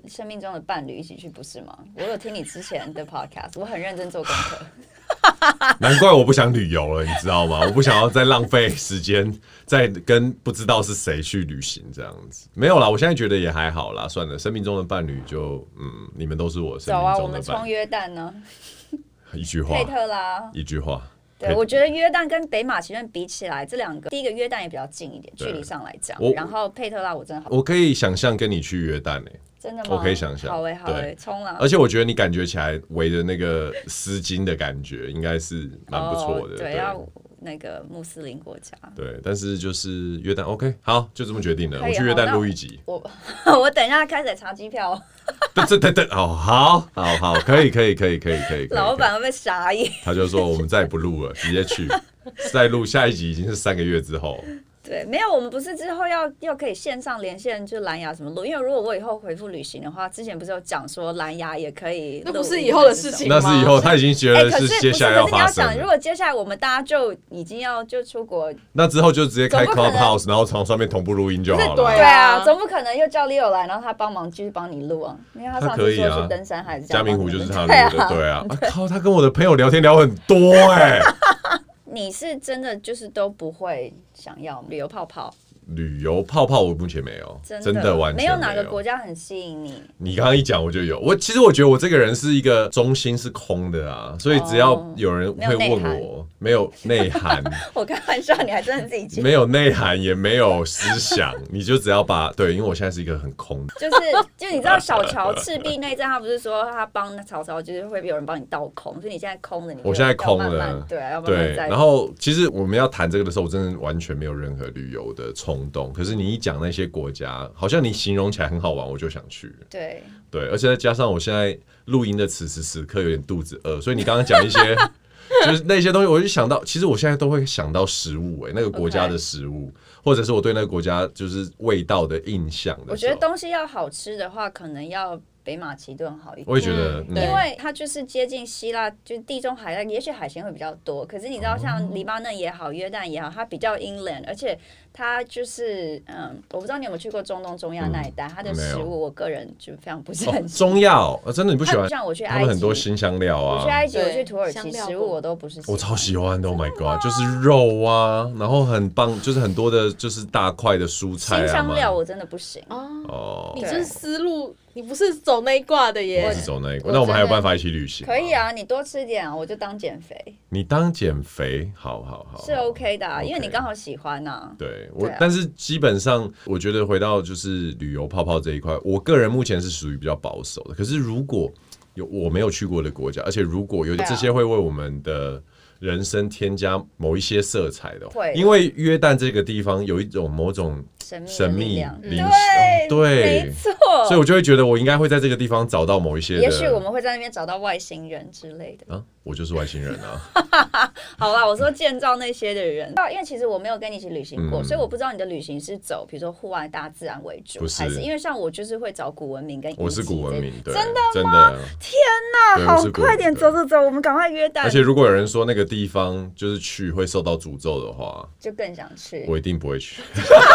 S2: 生命中的伴侣一起去，不是吗？我有听你之前的 podcast，我很认真做功 课。
S1: 难怪我不想旅游了，你知道吗？我不想要再浪费时间再跟不知道是谁去旅行这样子。没有啦，我现在觉得也还好啦，算了，生命中的伴侣就嗯，你们都是我生
S2: 走
S1: 命
S2: 啊，我
S1: 中
S2: 们
S1: 的
S2: 冲
S1: 伴侣。
S2: 约旦呢，
S1: 一句话
S2: 佩，特拉。
S1: 一句话。
S2: 对，
S1: 佩
S2: 我觉得约旦跟北马其顿比起来，这两个第一个约旦也比较近一点，
S1: 对
S2: 距离上来讲
S1: 我。
S2: 然后佩特拉我真的好，
S1: 我可以想象跟你去约旦诶、
S2: 真的吗？
S1: 我可以想象
S2: 好哎、好哎、
S1: 对
S2: 冲啦！
S1: 而且我觉得你感觉起来围着那个丝巾的感觉，应该是蛮不错的。
S2: 哦对，要那个穆斯林国家。
S1: 对对，但是就是约旦，OK，好，就这么决定了。
S2: 可
S1: 我
S2: 以啊
S1: 去约旦
S2: 好
S1: 录一集。
S2: 我我等一下开始查机票，
S1: 对对对对，哦，好，好好，可以，可以，可以，可以，可以。可以
S2: 老板会被傻眼。
S1: 他就说我们再也不录了，直接去。再录下一集已经是三个月之后，
S2: 对，没有，我们不是之后要又可以线上连线，就蓝牙什么录？因为如果我以后回复旅行的话，之前不是有讲说蓝牙也可以，
S3: 那不是以后的事情
S1: 那呃是以后他已经觉
S2: 哎、
S1: 得
S2: 可是不是，
S1: 接
S2: 可
S1: 下
S2: 是
S1: 来
S2: 你
S1: 要
S2: 要
S1: 发生
S2: 想，如
S1: 了，
S2: 果接下来我们大家就已经要就出国，
S1: 那之后就直接开
S2: 总不可能
S1: Clubhouse，然后从上面同步录音就好
S3: 不是对
S1: 了。
S2: 对啊，
S3: 啊
S2: 总不可能又叫 Leo 来，然后他帮忙继续帮你录啊，因为他
S1: 他
S2: 上
S1: 可
S2: 次
S1: 以
S2: 说
S1: 啊
S2: 去登山还是这
S1: 嘉
S2: 样
S1: 明
S2: 帮
S1: 湖
S2: 你
S1: 就
S2: 们
S1: 是
S2: 录
S1: 他录
S2: 对
S1: 的，
S2: 啊，
S1: 对啊。啊靠，他跟我的朋友聊天聊很多 哎。
S2: 你是真的就是都不会想要旅游泡泡，
S1: 旅游泡泡我目前没有，
S2: 真的
S1: 真的完全
S2: 没有哪个国
S1: 家。
S2: 家很吸引你。
S1: 你刚刚一讲我就有，我其实我觉得我这个人是一个中心是空的啊，所以只要
S2: 哦
S1: 有人会问我没有内涵，
S2: 我开玩笑，你还真的自己去，
S1: 没有内涵也没有思 想，你就只要把对，因为我现在是一个很空的，
S2: 就是就你知道小乔赤壁那一战，他不是说他帮曹操，就是会有人帮你倒空，所以你现在空的，你
S1: 我现在空了
S2: 要慢慢对啊，要慢
S1: 对。
S2: 慢再
S1: 然后其实我们要谈这个的时候，我真的完全没有任何旅游的冲动。可是你一讲那些国家，好像你形容起来很好玩，我就想去。
S2: 对，
S1: 对，而且再加上我现在录音的此时此刻有点肚子饿，所以你刚刚讲一 些就是那些东西，我就想到，其实我现在都会想到食物、欸，哎，那个国家
S2: OK
S1: 的食物或者是我对那个国家就是味道的印象的时候，
S2: 我觉得东西要好吃的话，可能要北马其顿好一点
S1: 我。也觉得，
S3: 嗯
S1: 嗯、
S3: 对
S2: 因为它就是接近希腊，就地中海，也许海鲜会比较多。可是你知
S1: 哦
S2: 道，像黎巴嫩也好，约旦也好，它比较 inland，而且它就是嗯，我不知道你有没有去过中东、中亚那一带，它的
S1: 嗯没有
S2: 食物我个人就非常不是
S1: 哦
S2: 很，喜欢。
S1: 中药、呃真的你不喜欢？
S2: 像我去
S1: 他
S2: 埃
S1: 们很
S2: 及，
S1: 多新香料
S2: 我去埃
S1: 啊，
S2: 及，我
S3: 对
S2: 去土耳其，
S3: 香料
S2: 食
S3: 不
S2: 物我都不是。
S1: 我超喜欢的，Oh my god，就是肉啊，然后很棒，就是很多的，就是大块的蔬菜
S2: 新
S1: 啊
S2: 香料，
S1: 嘛。
S2: 我真的不行。
S3: 哦，
S1: 哦
S3: 你
S2: 对，
S3: 就是思路，你不是走那一挂的
S1: 我
S3: 耶
S1: 是。走那一
S2: 我
S1: 个，那我们还有
S2: 真的
S1: 办法一起旅行？
S2: 可以。啊，你多吃点啊，我就当减肥
S1: 你当减肥，好好好，
S2: 是 OK 的啊，因为你
S1: 哦 OK
S2: 刚好喜欢呐。
S1: 对我，
S2: 对啊
S1: 但是基本上，我觉得回到就是旅游泡泡这一块，我个人目前是属于比较保守的。可是如果有我没有去过的国家，而且如果有
S2: 对啊
S1: 这些会为我们的人生添加某一些色彩的话，
S2: 会
S1: 因为约旦这个地方有一种某种
S2: 神秘的
S1: 神
S2: 力
S1: 秘
S2: 量
S1: 灵
S2: 对
S1: 嗯
S2: 没
S1: 对，
S2: 错。
S1: 所以我就会觉得我应该会在这个地方找到某一些的，
S2: 哦也许我们会在那边找到外星人之类的。
S1: 啊，我就是外星人 啊，
S2: 好啦，我说建造那些的人，因为其实我没有跟你一起旅行过，
S1: 嗯
S2: 所以我不知道你的旅行是走比如说户外大自然为主，
S1: 不是
S2: 还是因为像我就是会找古文明跟遗迹
S1: 我是古文明，
S2: 这
S1: 对，
S2: 真的
S1: 真的，啊天哪，对
S2: 走走，我们赶快约
S1: 而且如果有人说那个地方就是去会受到诅咒的话，
S2: 就更想去。
S1: 我一定不会去。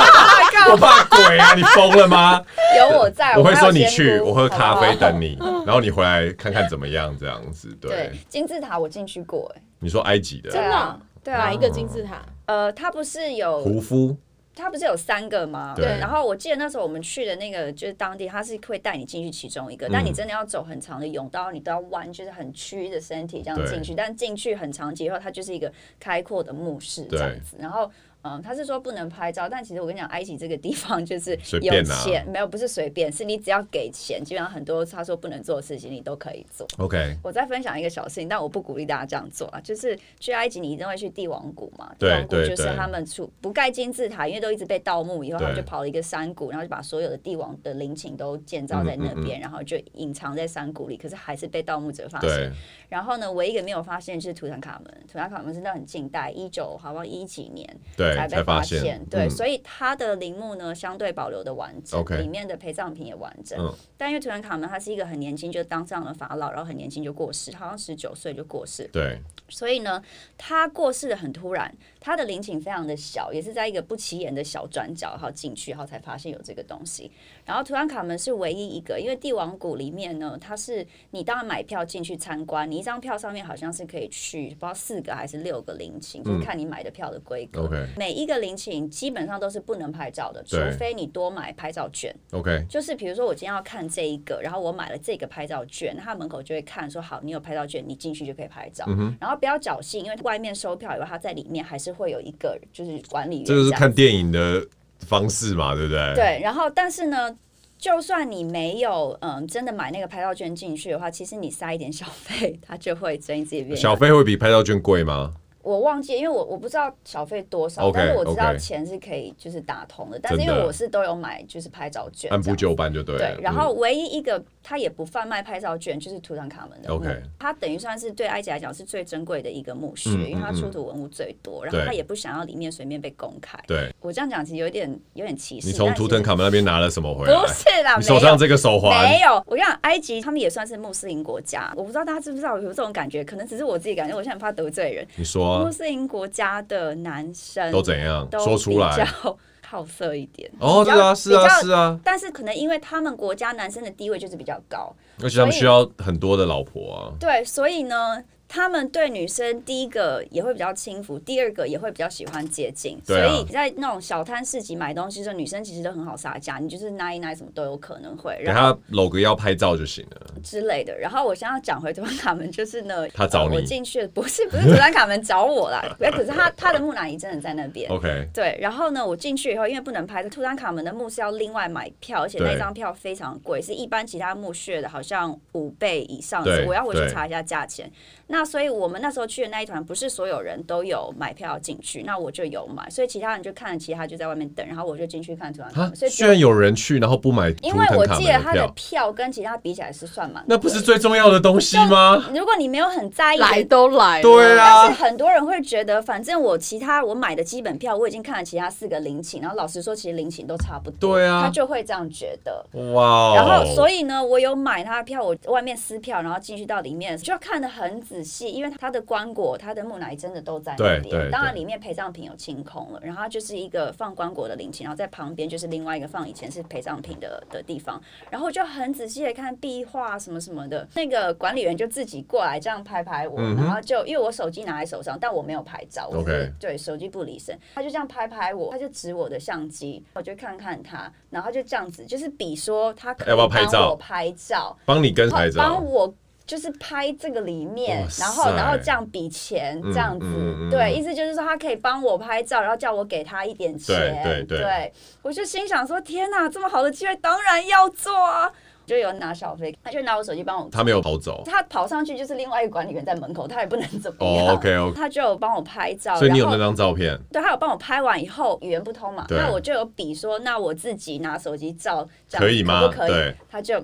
S1: 我怕鬼啊！你疯了吗？
S2: 有哎我在，
S1: 我
S2: 还
S1: 会
S2: 有
S1: 说你
S2: 仙
S1: 去，
S2: 姑
S1: 我喝咖。
S2: 好
S1: 啡
S2: 不好
S1: 等你，然后你回来看看怎么样，这样子。对
S2: 对，，金字塔我进去过，哎，
S1: 你说埃及
S3: 真
S1: 的
S3: 的
S2: 对啊对啊
S3: 哪一，个金字塔？
S2: 呃，它不是有
S1: 胡夫，
S2: 它不是有三个吗？
S1: 对
S2: 然后我记得那时候我们去的那个就是当地，它是会带你进去其中一个，
S1: 嗯
S2: 但你真的要走很长的甬道，你都要弯，就是很曲的身体这样
S1: 对
S2: 进去。但进去很长以后，它就是一个开阔的墓室这样子。然后。嗯，他是说不能拍照，但其实我跟你讲，埃及这个地方就 是
S1: 随
S2: 有
S1: 便啊
S2: 钱，没有不是随便，是你只要给钱，基本上很多他说不能做的事情你都可以做。
S1: OK，
S2: 我再分享一个小事情，但我不鼓励大家这样做啊。就是去埃及，你一定会去帝王谷嘛？帝
S1: 对
S2: 王谷
S1: 对
S2: 就是
S1: 对
S2: 他们出不盖金字塔，因为都一直被盗墓，以后他们就
S1: 对
S2: 跑了一个山谷，然后就把所有的帝王的陵寝都建造在那
S1: 嗯
S2: 边，然后就隐藏在山谷里，可是还是被盗墓者发现
S1: 对。，
S2: 然后呢，唯一一个没有发现就是图坦卡门，图坦卡门是那很近代，一九好像一几年
S1: 对，哎
S2: 被
S1: 才
S2: 发
S1: 发现，
S2: 对，
S1: 嗯
S2: 所以它的陵墓呢相对保留的完整
S1: OK
S2: 里面的陪葬品也完整。
S1: 嗯
S2: 但因为图坦卡门他是一个很年轻就当上了法老，然后很年轻就过世，好像十九岁就过世，
S1: 对，
S2: 所以呢，他过世的很突然，他的陵寝非常的小，也是在一个不起眼的小转角，然后进去，然后才发现有这个东西。然后图坦卡门是唯一一个，因为帝王谷里面呢，它是你当然买票进去参观，你一张票上面好像是可以去，不知道四个还是六个陵寝，就是看你买的票的规格。
S1: 嗯 OK
S2: 每一个陵寝基本上都是不能拍照的，除
S1: 对
S2: 非你多买拍照券。
S1: OK，
S2: 就是比如说我今天要看这一个，然后我买了这个拍照券，那他门口就会看说好，你有拍照券，你进去就可以拍照。
S1: 嗯
S2: 然后不要侥幸，因为外面收票以外，他在里面还是会有一个就是管理员
S1: 这
S2: 这
S1: 就是
S2: 样
S1: 看电影的方式嘛，对不对？，
S2: 对，然后但是呢，就算你没有嗯真的买那个拍照券进去的话，其实你塞一点小费， 他就会睁一只眼闭一只眼
S1: 小费会比拍照券贵吗？
S2: 我忘记，因为我我不知道小费多少
S1: OK，
S2: 但是我知道
S1: OK
S2: 钱是可以就是打通的。但是
S1: 真
S2: 因
S1: 的
S2: 为我是都有买就是拍照券，
S1: 按
S2: 这
S1: 部
S2: 样
S1: 就班就对了。嗯
S2: 对，然后唯一一个它也不贩卖拍照券，就是图坦卡门的墓。
S1: OK
S2: 它等于算是对埃及来讲是最珍贵的一个墓
S1: 嗯
S2: 穴，
S1: 嗯
S2: 因为它
S1: 嗯
S2: 出土文物最多，然后
S1: 对
S2: 它也不想要里面随便被公开。
S1: 嗯对
S2: 我这样讲其实有点有点歧视。
S1: 你从
S2: 但其
S1: 图
S2: 实
S1: 腾卡门那边拿了什么回来？
S2: 不是啦，
S1: 你手上这个手环
S2: 没有。没，有，我跟你讲，埃及他们也算是穆斯林国家，我不知道大家知不知道有这种感觉，可能只是我自己感觉，我现在很怕得罪人。
S1: 你说
S2: 穆
S1: 啊
S2: 斯林国家的男生
S1: 都怎样？
S2: 都
S1: 说出
S2: 比
S1: 来。
S2: 较 好色一点。
S1: 哦，
S2: 比
S1: 对
S2: 较
S1: 啊，是啊
S2: 比较，
S1: 是啊，
S2: 但是可能因为他们国家男生的地位就是比较高，
S1: 而且他们
S2: 所以
S1: 需要很多的老婆啊。
S2: 对，所以呢，他们对女生第一个也会比较轻浮，第二个也会比较喜欢接近。
S1: 对啊
S2: 所以你在那种小摊市集买东西的时候，女生其实都很好杀价，你就是拿一拿什么都有可能会，
S1: 给
S2: 然后
S1: 他搂个腰拍照就行了。
S2: 之类的。然后我想要讲回图 坦卡门，就是呢，
S1: 他找
S2: 呃我
S1: 你
S2: 进去不是不是图坦卡门找我啦， 对可是他他的木乃伊真的在那边。
S1: OK，
S2: 对，然后呢，我进去以后，因为不能拍图坦卡门的墓是要另外买票，而且那
S1: 对
S2: 张票非常贵，是一般其他墓穴的好像五倍以上，
S1: 对
S2: 我要回去
S1: 对
S2: 查一下价钱。那所以我们那时候去的那一团，不是所有人都有买票进去，那我就有买，所以其他人就看了，其他就在外面等，然后我就进去看图坦卡
S1: 啊
S2: 门，所，以只
S1: 居
S2: 有
S1: 然有人去，然后不买图
S2: 因为
S1: 腾
S2: 我
S1: 卡
S2: 记
S1: 门
S2: 得
S1: 的
S2: 他的
S1: 票，
S2: 票跟其他比起来是算蛮，
S1: 那不是。最重要的东西吗？
S2: 如果你没有很在意，
S3: 来都来了，
S1: 对啊
S2: 但是很多人会觉得，反正我其他我买的基本票我已经看了其他四个陵寝，然后老实说，其实陵寝都差不多，
S1: 对啊
S2: 他就会这样觉得。
S1: 哇哦！
S2: 然后，所以呢，我有买他的票，我外面撕票，然后进去到里面，就看得很仔细，因为他的棺椁、他的木乃伊真的都在那
S1: 对
S2: 边。
S1: 对
S2: 当然，
S1: 对
S2: 里面陪葬品有清空了，然后它就是一个放棺椁的陵寝，然后在旁边就是另外一个放以前是陪葬品的的地方。然后我就很仔细的看壁画什么什么的，那个管理员就自己过来这样拍拍我，
S1: 嗯哼嗯
S2: 然后就因为我手机拿在手上，但我没有拍照，我只是
S1: OK
S2: 对手机不离身，他就这样拍拍我，他就指我的相机，我就看看他，然后就这样子，就是比说他可以
S1: 要不要拍
S2: 帮我
S1: 照
S2: 拍照，
S1: 帮你跟啊
S2: 然后
S1: 拍照
S2: 帮，我。就是拍这个里面
S1: 哇，塞
S2: 然后然后这样比钱
S1: 嗯
S2: 这样子，
S1: 嗯嗯嗯
S2: 对，意思就是说他可以帮我拍照，然后叫我给他一点钱，
S1: 对对对
S2: 我就心想说天哪，这么好的机会当然要做啊，就有拿小费，他就拿我手机帮我
S1: 他没有跑走，
S2: 他跑上去就是另外一个管理员在门口，他也不能怎么样。
S1: 哦，OK，OK
S2: 他就有帮我拍照，
S1: 所以你有
S2: 然
S1: 那
S2: 后
S1: 张照片，
S2: 对，他有帮我拍完以后，语言不通嘛，
S1: 对
S2: 那我就有比说，那我自己拿手机照，这样
S1: 可以吗
S2: 可不可以
S1: 对？
S2: 他就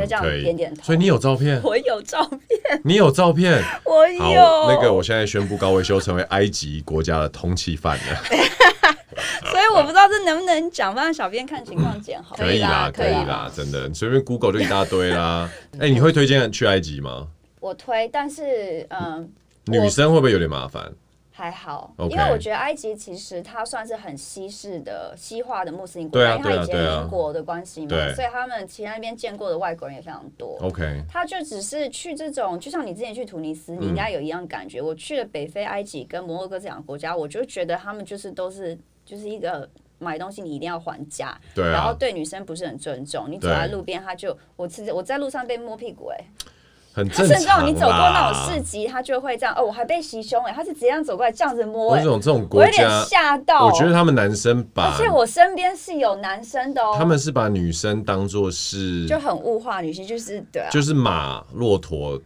S1: 嗯，
S2: 就这样
S1: 可以
S2: 点点头。
S1: 所以你有照 片，
S2: 我有照片，
S1: 你有照片，
S2: 我
S1: 好，
S2: 有
S1: 那个我，现在宣布高维修成为埃及国家的通缉犯 了。
S2: 所以我不知道这能不能讲，不然小编看情况剪好了。
S1: 嗯可以啦，
S3: 可
S1: 可
S3: 以
S1: 以
S3: 啦
S1: 啦，真的，你随便 Google 就一大堆 啦。哎，你会推荐去埃及吗？
S2: 我推，但是嗯。
S1: 女生会不会有点麻烦？
S2: 还好
S1: OK
S2: 因为我觉得埃及其实它算是很西式的西化的穆斯林国
S1: 对
S2: 家，
S1: 啊
S2: 因为它
S1: 对啊
S2: 以
S1: 对
S2: 前
S1: 啊
S2: 英国的关系嘛，
S1: 对
S2: 所以他们其实那边见过的外国人也非常多。
S1: OK，
S2: 他就只是去这种，就像你之前去突尼斯，
S1: 嗯
S2: 你应该有一样感觉。我去了北非、埃及跟摩洛哥这两个国家，我就觉得他们就是都是就是一个买东西你一定要还价，
S1: 对
S2: 然后
S1: 啊，
S2: 对女生不是很尊重。你走
S1: 对
S2: 在路边，他就我吃我在路上被摸屁股、欸，
S1: 很
S2: 他
S1: 正
S2: 甚至
S1: 常啦。
S2: 你走过那种市集，他就会这样哦，我还被袭胸哎、他是直接这样走过来这样子摸
S1: 我
S2: 哎、
S1: 这种这种
S2: 我
S1: 国
S2: 有点
S1: 家，
S2: 吓到。
S1: 我觉得他们男生把
S2: 而，且我身边是有男生的哦，
S1: 他们是把女生当做是
S2: 就很物化女性，就是对啊，
S1: 就是马、骆驼，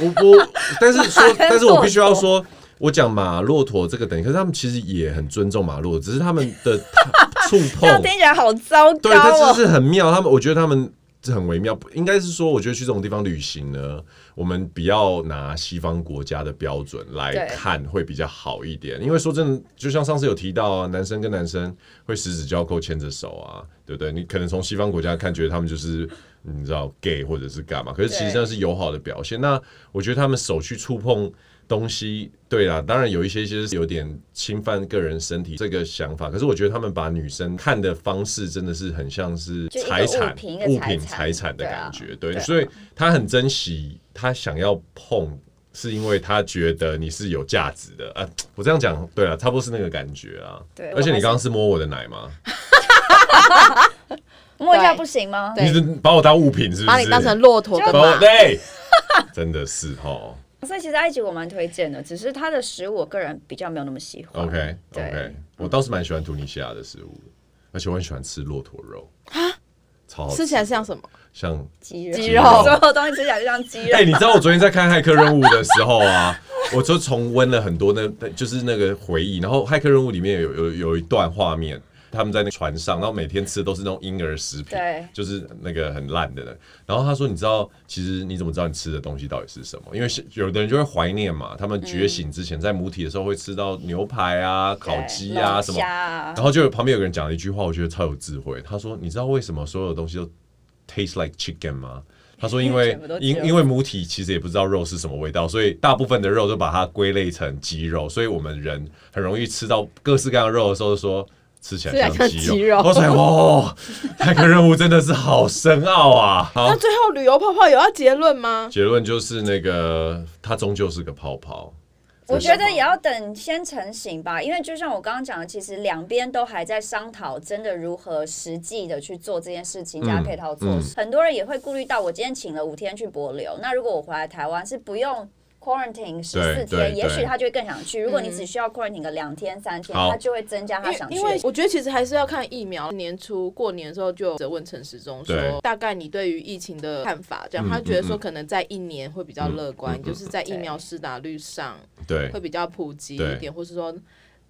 S1: 我我，但是说，但是我必须要说，我讲马、骆驼这个等级，可是他们其实也很尊重马、骆驼，只是他们的 触
S2: 这
S1: 碰
S2: 样听，起来好糟糕
S1: 对，它
S2: 哦。
S1: 就是很妙。他们，我觉得他们这很微妙，应该是说，我觉得去这种地方旅行呢，我们不要拿西方国家的标准来
S2: 对
S1: 看，会比较好一点。因为说真的，就像上次有提到啊，男生跟男生会十指交扣、牵着手啊，对不对？你可能从西方国家看，觉得他们就是。嗯你知道 gay 或者是干嘛？可是其实
S2: 对
S1: 那是友好的表现。那我觉得他们手去触碰东西，对啦，当然有一些些是有点侵犯个人身体这个想法，可是我觉得他们把女生看的方式真的是很像是
S2: 就一个
S1: 财产
S2: 物、品一个
S1: 物
S2: 财
S1: 品、
S2: 产
S1: 财产的
S2: 对啊
S1: 感觉，对，
S2: 对啊
S1: 所以他很珍惜，他想要碰。是因为他觉得你是有价值的啊！我这样讲对了，差不多是那个感觉啊。
S2: 对
S1: 而且你
S2: 我还是
S1: 刚刚是摸我的奶吗？
S2: 摸一下
S3: 对
S2: 不行吗？
S3: 对
S1: 你是把我当物品是不是？
S3: 把你当成骆驼跟
S1: 把我
S3: 马，
S1: 对， 真的是哦。
S2: 所以其实埃及我蛮推荐的，只是它的食物我个人比较没有那么喜欢。
S1: OK
S2: 对
S1: OK，我倒是蛮喜欢突尼西亚的食物，而且我很喜欢吃骆驼肉超好吃
S3: 吃起来像什么？
S1: 像。
S2: 鸡肉，
S3: 鸡
S1: 肉
S2: 所有东西吃起来就像鸡肉
S1: 哎、。你知道我昨天在看《骇客任务》的时候啊，我就重温了很多那，就是那个回忆。然后《骇客任务》里面有有有一段画面，他们在那个船上，然后每天吃的都是那种婴儿食品
S2: 对，
S1: 就是那个很烂的呢。然后他说，你知道，其实你怎么知道你吃的东西到底是什么？因为是有的人就会怀念嘛，他们觉醒之前在母体的时候会吃到牛排啊、烤
S2: 对
S1: 鸡啊
S2: 龙
S1: 什么，
S2: 虾啊
S1: 然后就有旁边有个人讲了一句话，我觉得超有智慧。他说：“你知道为什么所有东西都 taste like chicken 吗？”他说：“因为
S2: 全部都鸡
S1: 因
S2: 肉
S1: 因为母体其实也不知道肉是什么味道，所以大部分的肉都把它归类成鸡肉，所以我们人很容易吃到各式各样的肉的时候，说吃起
S3: 吃起
S1: 来
S3: 来
S1: 像
S3: 像
S1: 鸡
S3: 鸡
S1: 肉。哦
S3: 肉
S1: 我才哇，那个任务真的是好深奥 啊！好
S3: 那，最后旅游泡泡有要结论吗？
S1: 结论就是那个它终究是个泡泡。
S2: 我觉得也要等先成型吧，因为就像我刚刚讲的，其实两边都还在商讨，真的如何实际的去做这件事情加
S1: 嗯
S2: 配套措施。很多人也会顾虑到，我今天请了五天去博流，那如果我回来台湾是不用 quarantine 十四
S1: 对
S2: 天，也许
S1: 对
S2: 他就会更想去。如果你
S3: 嗯
S2: 只需要 quarantine 个两天三天，
S1: 好
S2: 他就会增加他想去
S3: 因
S2: 的。
S3: 为我觉得其实还是要看疫苗。年初过年的时候就有问陈时中
S1: 对
S3: 说，大概你对于疫情的看法，这样
S1: 嗯
S3: 他觉得说
S1: 嗯嗯
S3: 可能在一年会比较乐观，
S1: 嗯嗯嗯
S3: 就是在疫
S2: 对
S3: 苗施打率上
S1: 对
S3: 会，比较普及
S1: 对
S3: 一点，或是说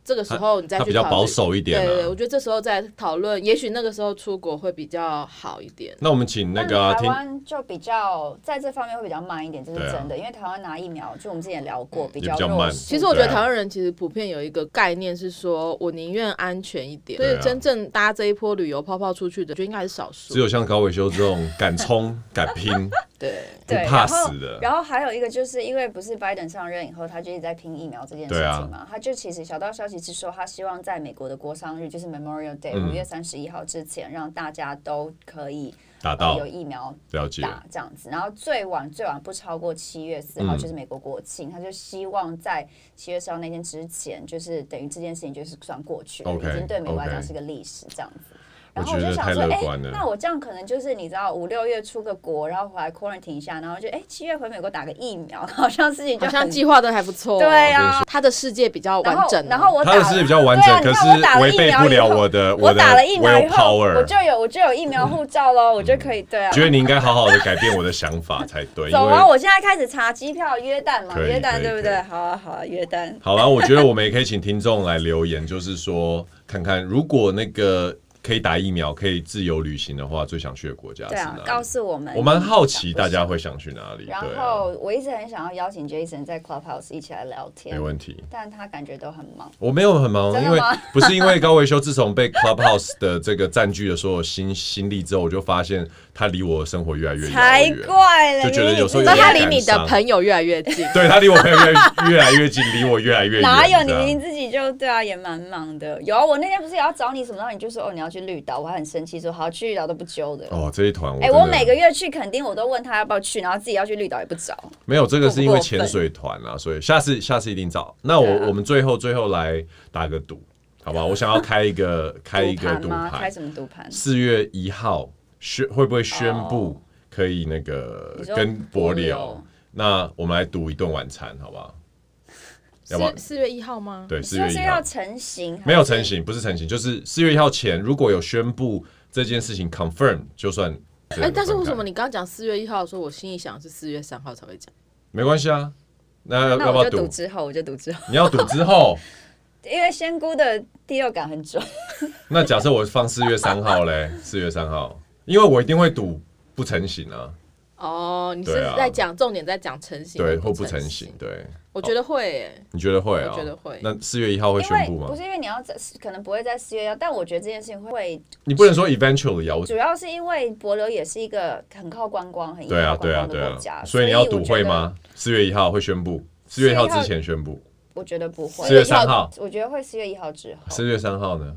S3: 这个时候你再
S1: 它
S3: 去
S1: 比较
S3: 考虑
S1: 保。守一点、啊。
S3: 对对对，我觉得这时候再讨论，也许那个时候出国会比较好一点。
S1: 那我们请那个啊、
S2: 但台
S1: 听
S2: 湾就比较在这方面会比较慢一点，这是
S1: 对啊嗯
S2: 真的，因为台湾拿疫苗，就我们之前也聊过，比
S1: 也
S2: 较
S1: 比较
S2: 弱
S1: 慢
S2: 势。
S3: 其实我觉得
S1: 对啊
S3: 台湾人其实普遍有一个概念是说，我宁愿安全一点，所
S1: 对啊
S3: 以真正搭这一波旅游泡泡出去的，就应该是少数
S1: 只。有像高伟修这种敢 冲敢拼，
S3: 对，
S1: 不
S2: 对，
S1: 怕
S2: 然后
S1: 死的
S2: 然后还有一个就是因为不是拜登上任以后，他就一直在拼疫苗这件事
S1: 对啊
S2: 情嘛，他就其实小道消息是说，他希望在美国的国殇日，就是 Memorial Day
S1: 嗯
S2: 五、月三十一号之前，让大家都可以、
S1: 打
S2: 呃、
S1: 到
S2: 有疫苗
S1: 了解，
S2: 打这样子，然后最晚最晚不超过七月四号、
S1: 嗯
S2: 就是美国国庆，他就希望在七月四号那天之前，就是等于这件事情就是算过去了
S1: OK，
S2: 已经对美国来讲
S1: OK
S2: 是个历史这样子。
S1: 我
S2: 然后我
S1: 觉
S2: 就
S1: 得
S2: 想
S1: 太
S2: 说，
S1: 乐
S2: 哎、
S1: 观了
S2: 那我这样可能就是你知道五六月出个国，然后回来 quarantine 一下，然后就哎七、月回美国打个疫苗，好像事情就
S3: 好像
S2: 很
S3: 计划的还不错、哦
S2: 对
S1: 我跟你
S2: 啊
S1: 说。
S3: 他的世界比较
S2: 然后
S3: 完整、啊
S2: 然后我
S1: 哦他的
S2: 打
S1: 是
S2: 了
S1: 比较完整，
S2: 对啊你
S1: 可
S2: 看我打
S1: 是
S2: 了
S1: 违
S2: 疫
S1: 背
S2: 苗
S1: 不
S2: 以
S1: 了
S2: 后
S1: 我的
S2: 我
S1: 的
S2: 打了疫苗以后，我
S1: willpower。
S2: 就有我就有疫苗护照喽，我就可以对啊。
S1: 觉得你应该好好的改变我的想法才对，因
S2: 走啊！
S1: 为
S2: 我现在开始查机票，约旦嘛，
S1: 可以
S2: 约
S1: 可
S2: 旦
S1: 以
S2: 对不
S1: 可以
S2: 对？好啊，好啊，约旦。
S1: 好了，我觉得我们也可以请听众来留言，就是说看看如果那个可以打疫苗、可以自由旅行的话，最想去的国家是
S2: 对啊，
S1: 哪
S2: 告
S1: 里？
S2: 诉我们。
S1: 我蛮好奇大家会想去哪里，对
S2: 然
S1: 啊，
S2: 后我一直很想要邀请 Jason 在 Clubhouse 一起来聊天
S1: 没，问题。
S2: 但他感觉都很忙。
S1: 我没有很忙，
S2: 真的
S1: 因为
S2: 吗
S1: 不是因为高维修，自从被 Clubhouse 的这个占据了所有心心力之后，我就发现他离我的生活越来越
S2: 才
S1: 遥远。
S2: 怪嘞！
S1: 就觉得有时候
S2: 你
S1: 有
S3: 那
S1: 点
S3: 他离你的朋友越来越近。
S1: 对他离我朋友越越来越近，离我越来越远。
S2: 哪有你
S1: 这样
S2: 明明自己就对啊，也蛮忙的。有啊，我那天不是也要找你什么，然后你就说哦你要去绿岛，我还很生气说好去绿岛都不揪的。
S1: 哦，这一团我
S2: 哎、
S1: 真的
S2: 我每个月去垦丁，我都问他要不要去，然后自己要去绿岛也不找。
S1: 没有这个是因为
S2: 过分
S1: 潜水团啊，所以下次下次一定找。那我、
S2: 对啊
S1: 我们最后最后来打个赌，好不好？我想要开一 个开一个
S2: 盘
S1: 赌
S2: 吗？开
S1: 盘，
S2: 什么赌盘？
S1: 四月一号宣会不会宣布可以那个
S2: 你说
S1: 跟
S2: 柏
S1: 博流
S2: 流？
S1: 那我们来赌一顿晚餐，好不好？要不要
S3: 四四月一号吗？
S1: 对，四
S2: 是不
S1: 月
S2: 是
S1: 一
S2: 要
S1: 号
S2: 成型？
S1: 没有成。型，不是成型，就是四月一号前，如果有宣布这件事情 confirm，就算真的
S3: 哎、但是
S1: 分
S3: 为什
S1: 开
S3: 么你刚刚讲四月一号的时候，我心里想是四月三号才会讲？
S1: 没关系啊？那要
S2: 那
S1: 要不
S2: 我
S1: 要
S2: 就赌
S1: 赌？
S2: 之后，我就赌之后，
S1: 你要赌之后，
S2: 因为仙姑的第六感很准。
S1: 那假设我放四月三号嘞，四月三号，因为我一定会赌不成型啊，
S3: 哦，你是
S1: 对啊
S3: 在讲、重点在讲成型，
S1: 对，或不成型，。对，
S3: 我觉得会、欸，
S1: 你觉得会啊？
S3: 我觉得会
S1: 那四月一号会
S2: 因为
S1: 宣布
S2: 不
S1: 吗
S2: 是？因为你要在，可能不会在四月要，但我觉得这件事情会，
S1: 你不能说 eventually 啊，我
S2: 主要是因为博流也是一个很靠观光、很依
S1: 对啊，
S2: 靠
S1: 对
S2: 观
S1: 啊，
S2: 光
S1: 对
S2: 的
S1: 啊
S2: 国家，，
S1: 所以你要赌会？吗？四月一号会宣布，四月一号
S2: 4月1号
S1: 之前宣布，
S2: 我觉得不会。
S1: 四月三号，
S2: 我觉得会四月一号之后，
S1: 四月三号呢？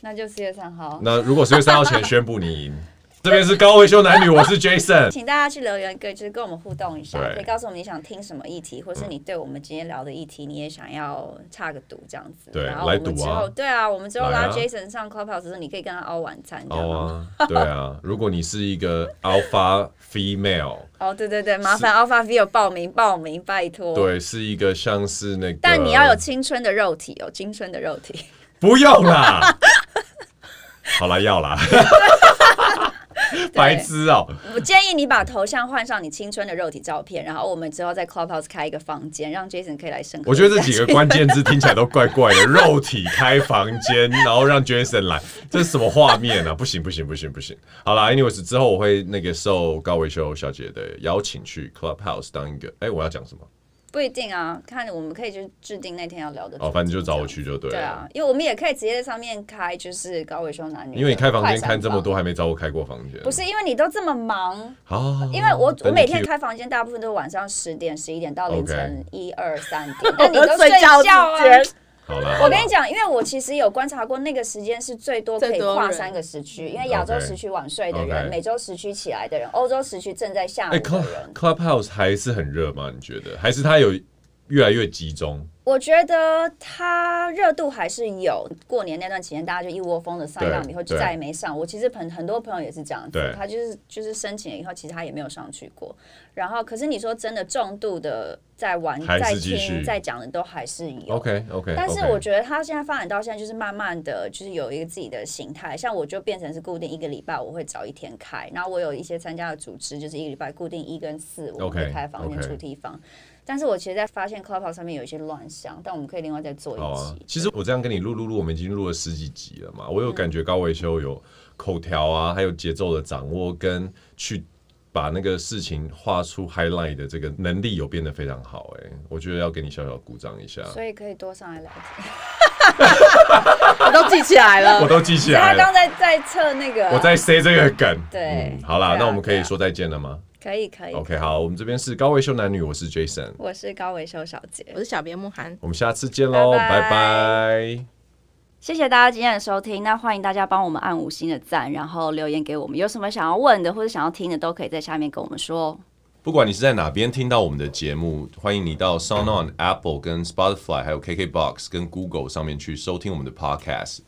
S2: 那就四月三号。
S1: 那如果四月三号前宣布你赢，这边是高维修男女，我是 Jason。
S2: 请大家去留言，跟就是跟我们互动一下，
S1: 对嗯
S2: 可以告诉我们你想听什么议题，或是你对我们今天聊的议题，你也想要插个赌这样子。
S1: 对
S2: 然后我
S1: 来
S2: 们
S1: 赌
S2: 之
S1: 啊
S2: 后，对啊，我们之后
S1: 来
S2: 拉
S1: 啊
S2: Jason 上 Clubhouse 的时候，你可以跟他熬晚餐，这样
S1: 哦
S2: 吗。
S1: 啊，对啊，如果你是一个 alpha female，
S2: 哦，对对对，麻烦 Alpha V 有报名报名，拜托。。
S1: 对，啊是一个像是那个，
S2: 但你要有青春的肉体哦，青春的肉体。
S1: 不用啦，好啦，要啦，白痴哦、
S2: 我建议你把头像换上你青春的肉体照片，然后我们之后在 Clubhouse 开一个房间，让 Jason 可以来生。
S1: 我觉得这几个关键字听起来都怪怪的，肉体开房间，然后让 Jason 来，这是什么画面啊？不行不行不行不行！好啦 a n y w a y s 之后我会那个受高维修小姐的邀请去 Clubhouse 当一个，哎、我要讲什么？
S2: 不一定啊，看我们可以去制定那天要聊的。
S1: 哦，反正就找我。去就对了。
S2: 对啊，因为我们也可以直接在上面开，就是高维修男女。
S1: 因为你开房间开这么多，，还没找我开过房间。
S2: 不是因为你都这么忙，
S1: 好，好，好
S2: 因为我我
S1: 等你
S2: 每天
S1: cue
S2: 开房间，大部分都是晚上十点、十一点到凌
S1: OK
S2: 晨一二三 点，那你
S3: 我
S2: 哦都睡
S3: 觉
S2: 觉啊
S3: 之。间
S1: 好啦，
S2: 我跟你讲，因为我其实有观察过，那个时间是最多可
S3: 最
S2: 以
S3: 多
S2: 跨
S3: 人
S2: 三个时区，因为亚洲
S1: OK
S2: 时区晚睡的
S1: OK
S2: 人，美洲时区起来的人，欧洲时区正在下午
S1: 哎、
S2: 的
S1: c l u b，
S2: 人
S1: Clubhouse 还是很热吗？你觉得？还是它有越来越集中？
S2: 我觉得它热度还是有。过年那段期间，大家就一窝蜂的上
S1: 对
S2: 当，以后就
S1: 对
S2: 再也没上。我其实很很多朋友也是这样
S1: 对
S2: 子，他就是就是申请了以后，其实他也没有上去过。然后，可是你说真的，重度的在玩、
S1: 还是
S2: 在
S1: 继续哦
S2: 听、在讲的都还是有。
S1: OK OK，
S2: 但是我觉得它现在发展到现在，就是慢慢的就是有一个自己的形态。像我就变成是固定一个礼拜我会找一天开，然后我有一些参加的组织，就是一个礼拜固定一跟四我们
S1: OK，
S2: 会开房间
S1: OK
S2: 出地方。但是我其实，在发现 Clubhouse 上面有一些乱象，但我们可以另外再做
S1: 好
S2: 一
S1: 啊
S2: 期。。嗯
S1: 其实我这样跟你录录录，我们已经录了十几集了嘛。我有感觉高维修有口条啊，还有节奏的掌握，跟去把那个事情画出 highlight 的这个能力有变得非常好、哎，我觉得要给你小小鼓掌一下。
S2: 所以可以多上来聊。啊
S3: 我都记起来
S1: 我
S3: 了。
S1: 都记起来
S2: 他刚
S1: 了，
S2: 在在测那个，
S1: 啊我在塞这个梗。
S2: 对
S1: 嗯好啦，
S2: 对啊
S1: 那我们可
S2: 对
S1: 以
S2: 啊
S1: 说再见了吗
S2: 可以可以。
S1: ？OK，好，我们这边是高维修男女，我是 Jason。
S2: 我是高维修小姐。
S3: 我是小编慕涵。
S1: 我们下次见喽，
S2: 拜拜
S1: 拜拜。
S2: 谢谢大家今天的收听，那欢迎大家帮我们按五星的赞，然后留言给我们，有什么想要问的或者想要听的，都可以在下面跟我们说哦。
S1: 不管你是在哪边听到我们的节目，欢迎你到 SoundOn、Apple、跟 Spotify、还有 KKBox、跟 Google 上面去收听我们的 Podcast。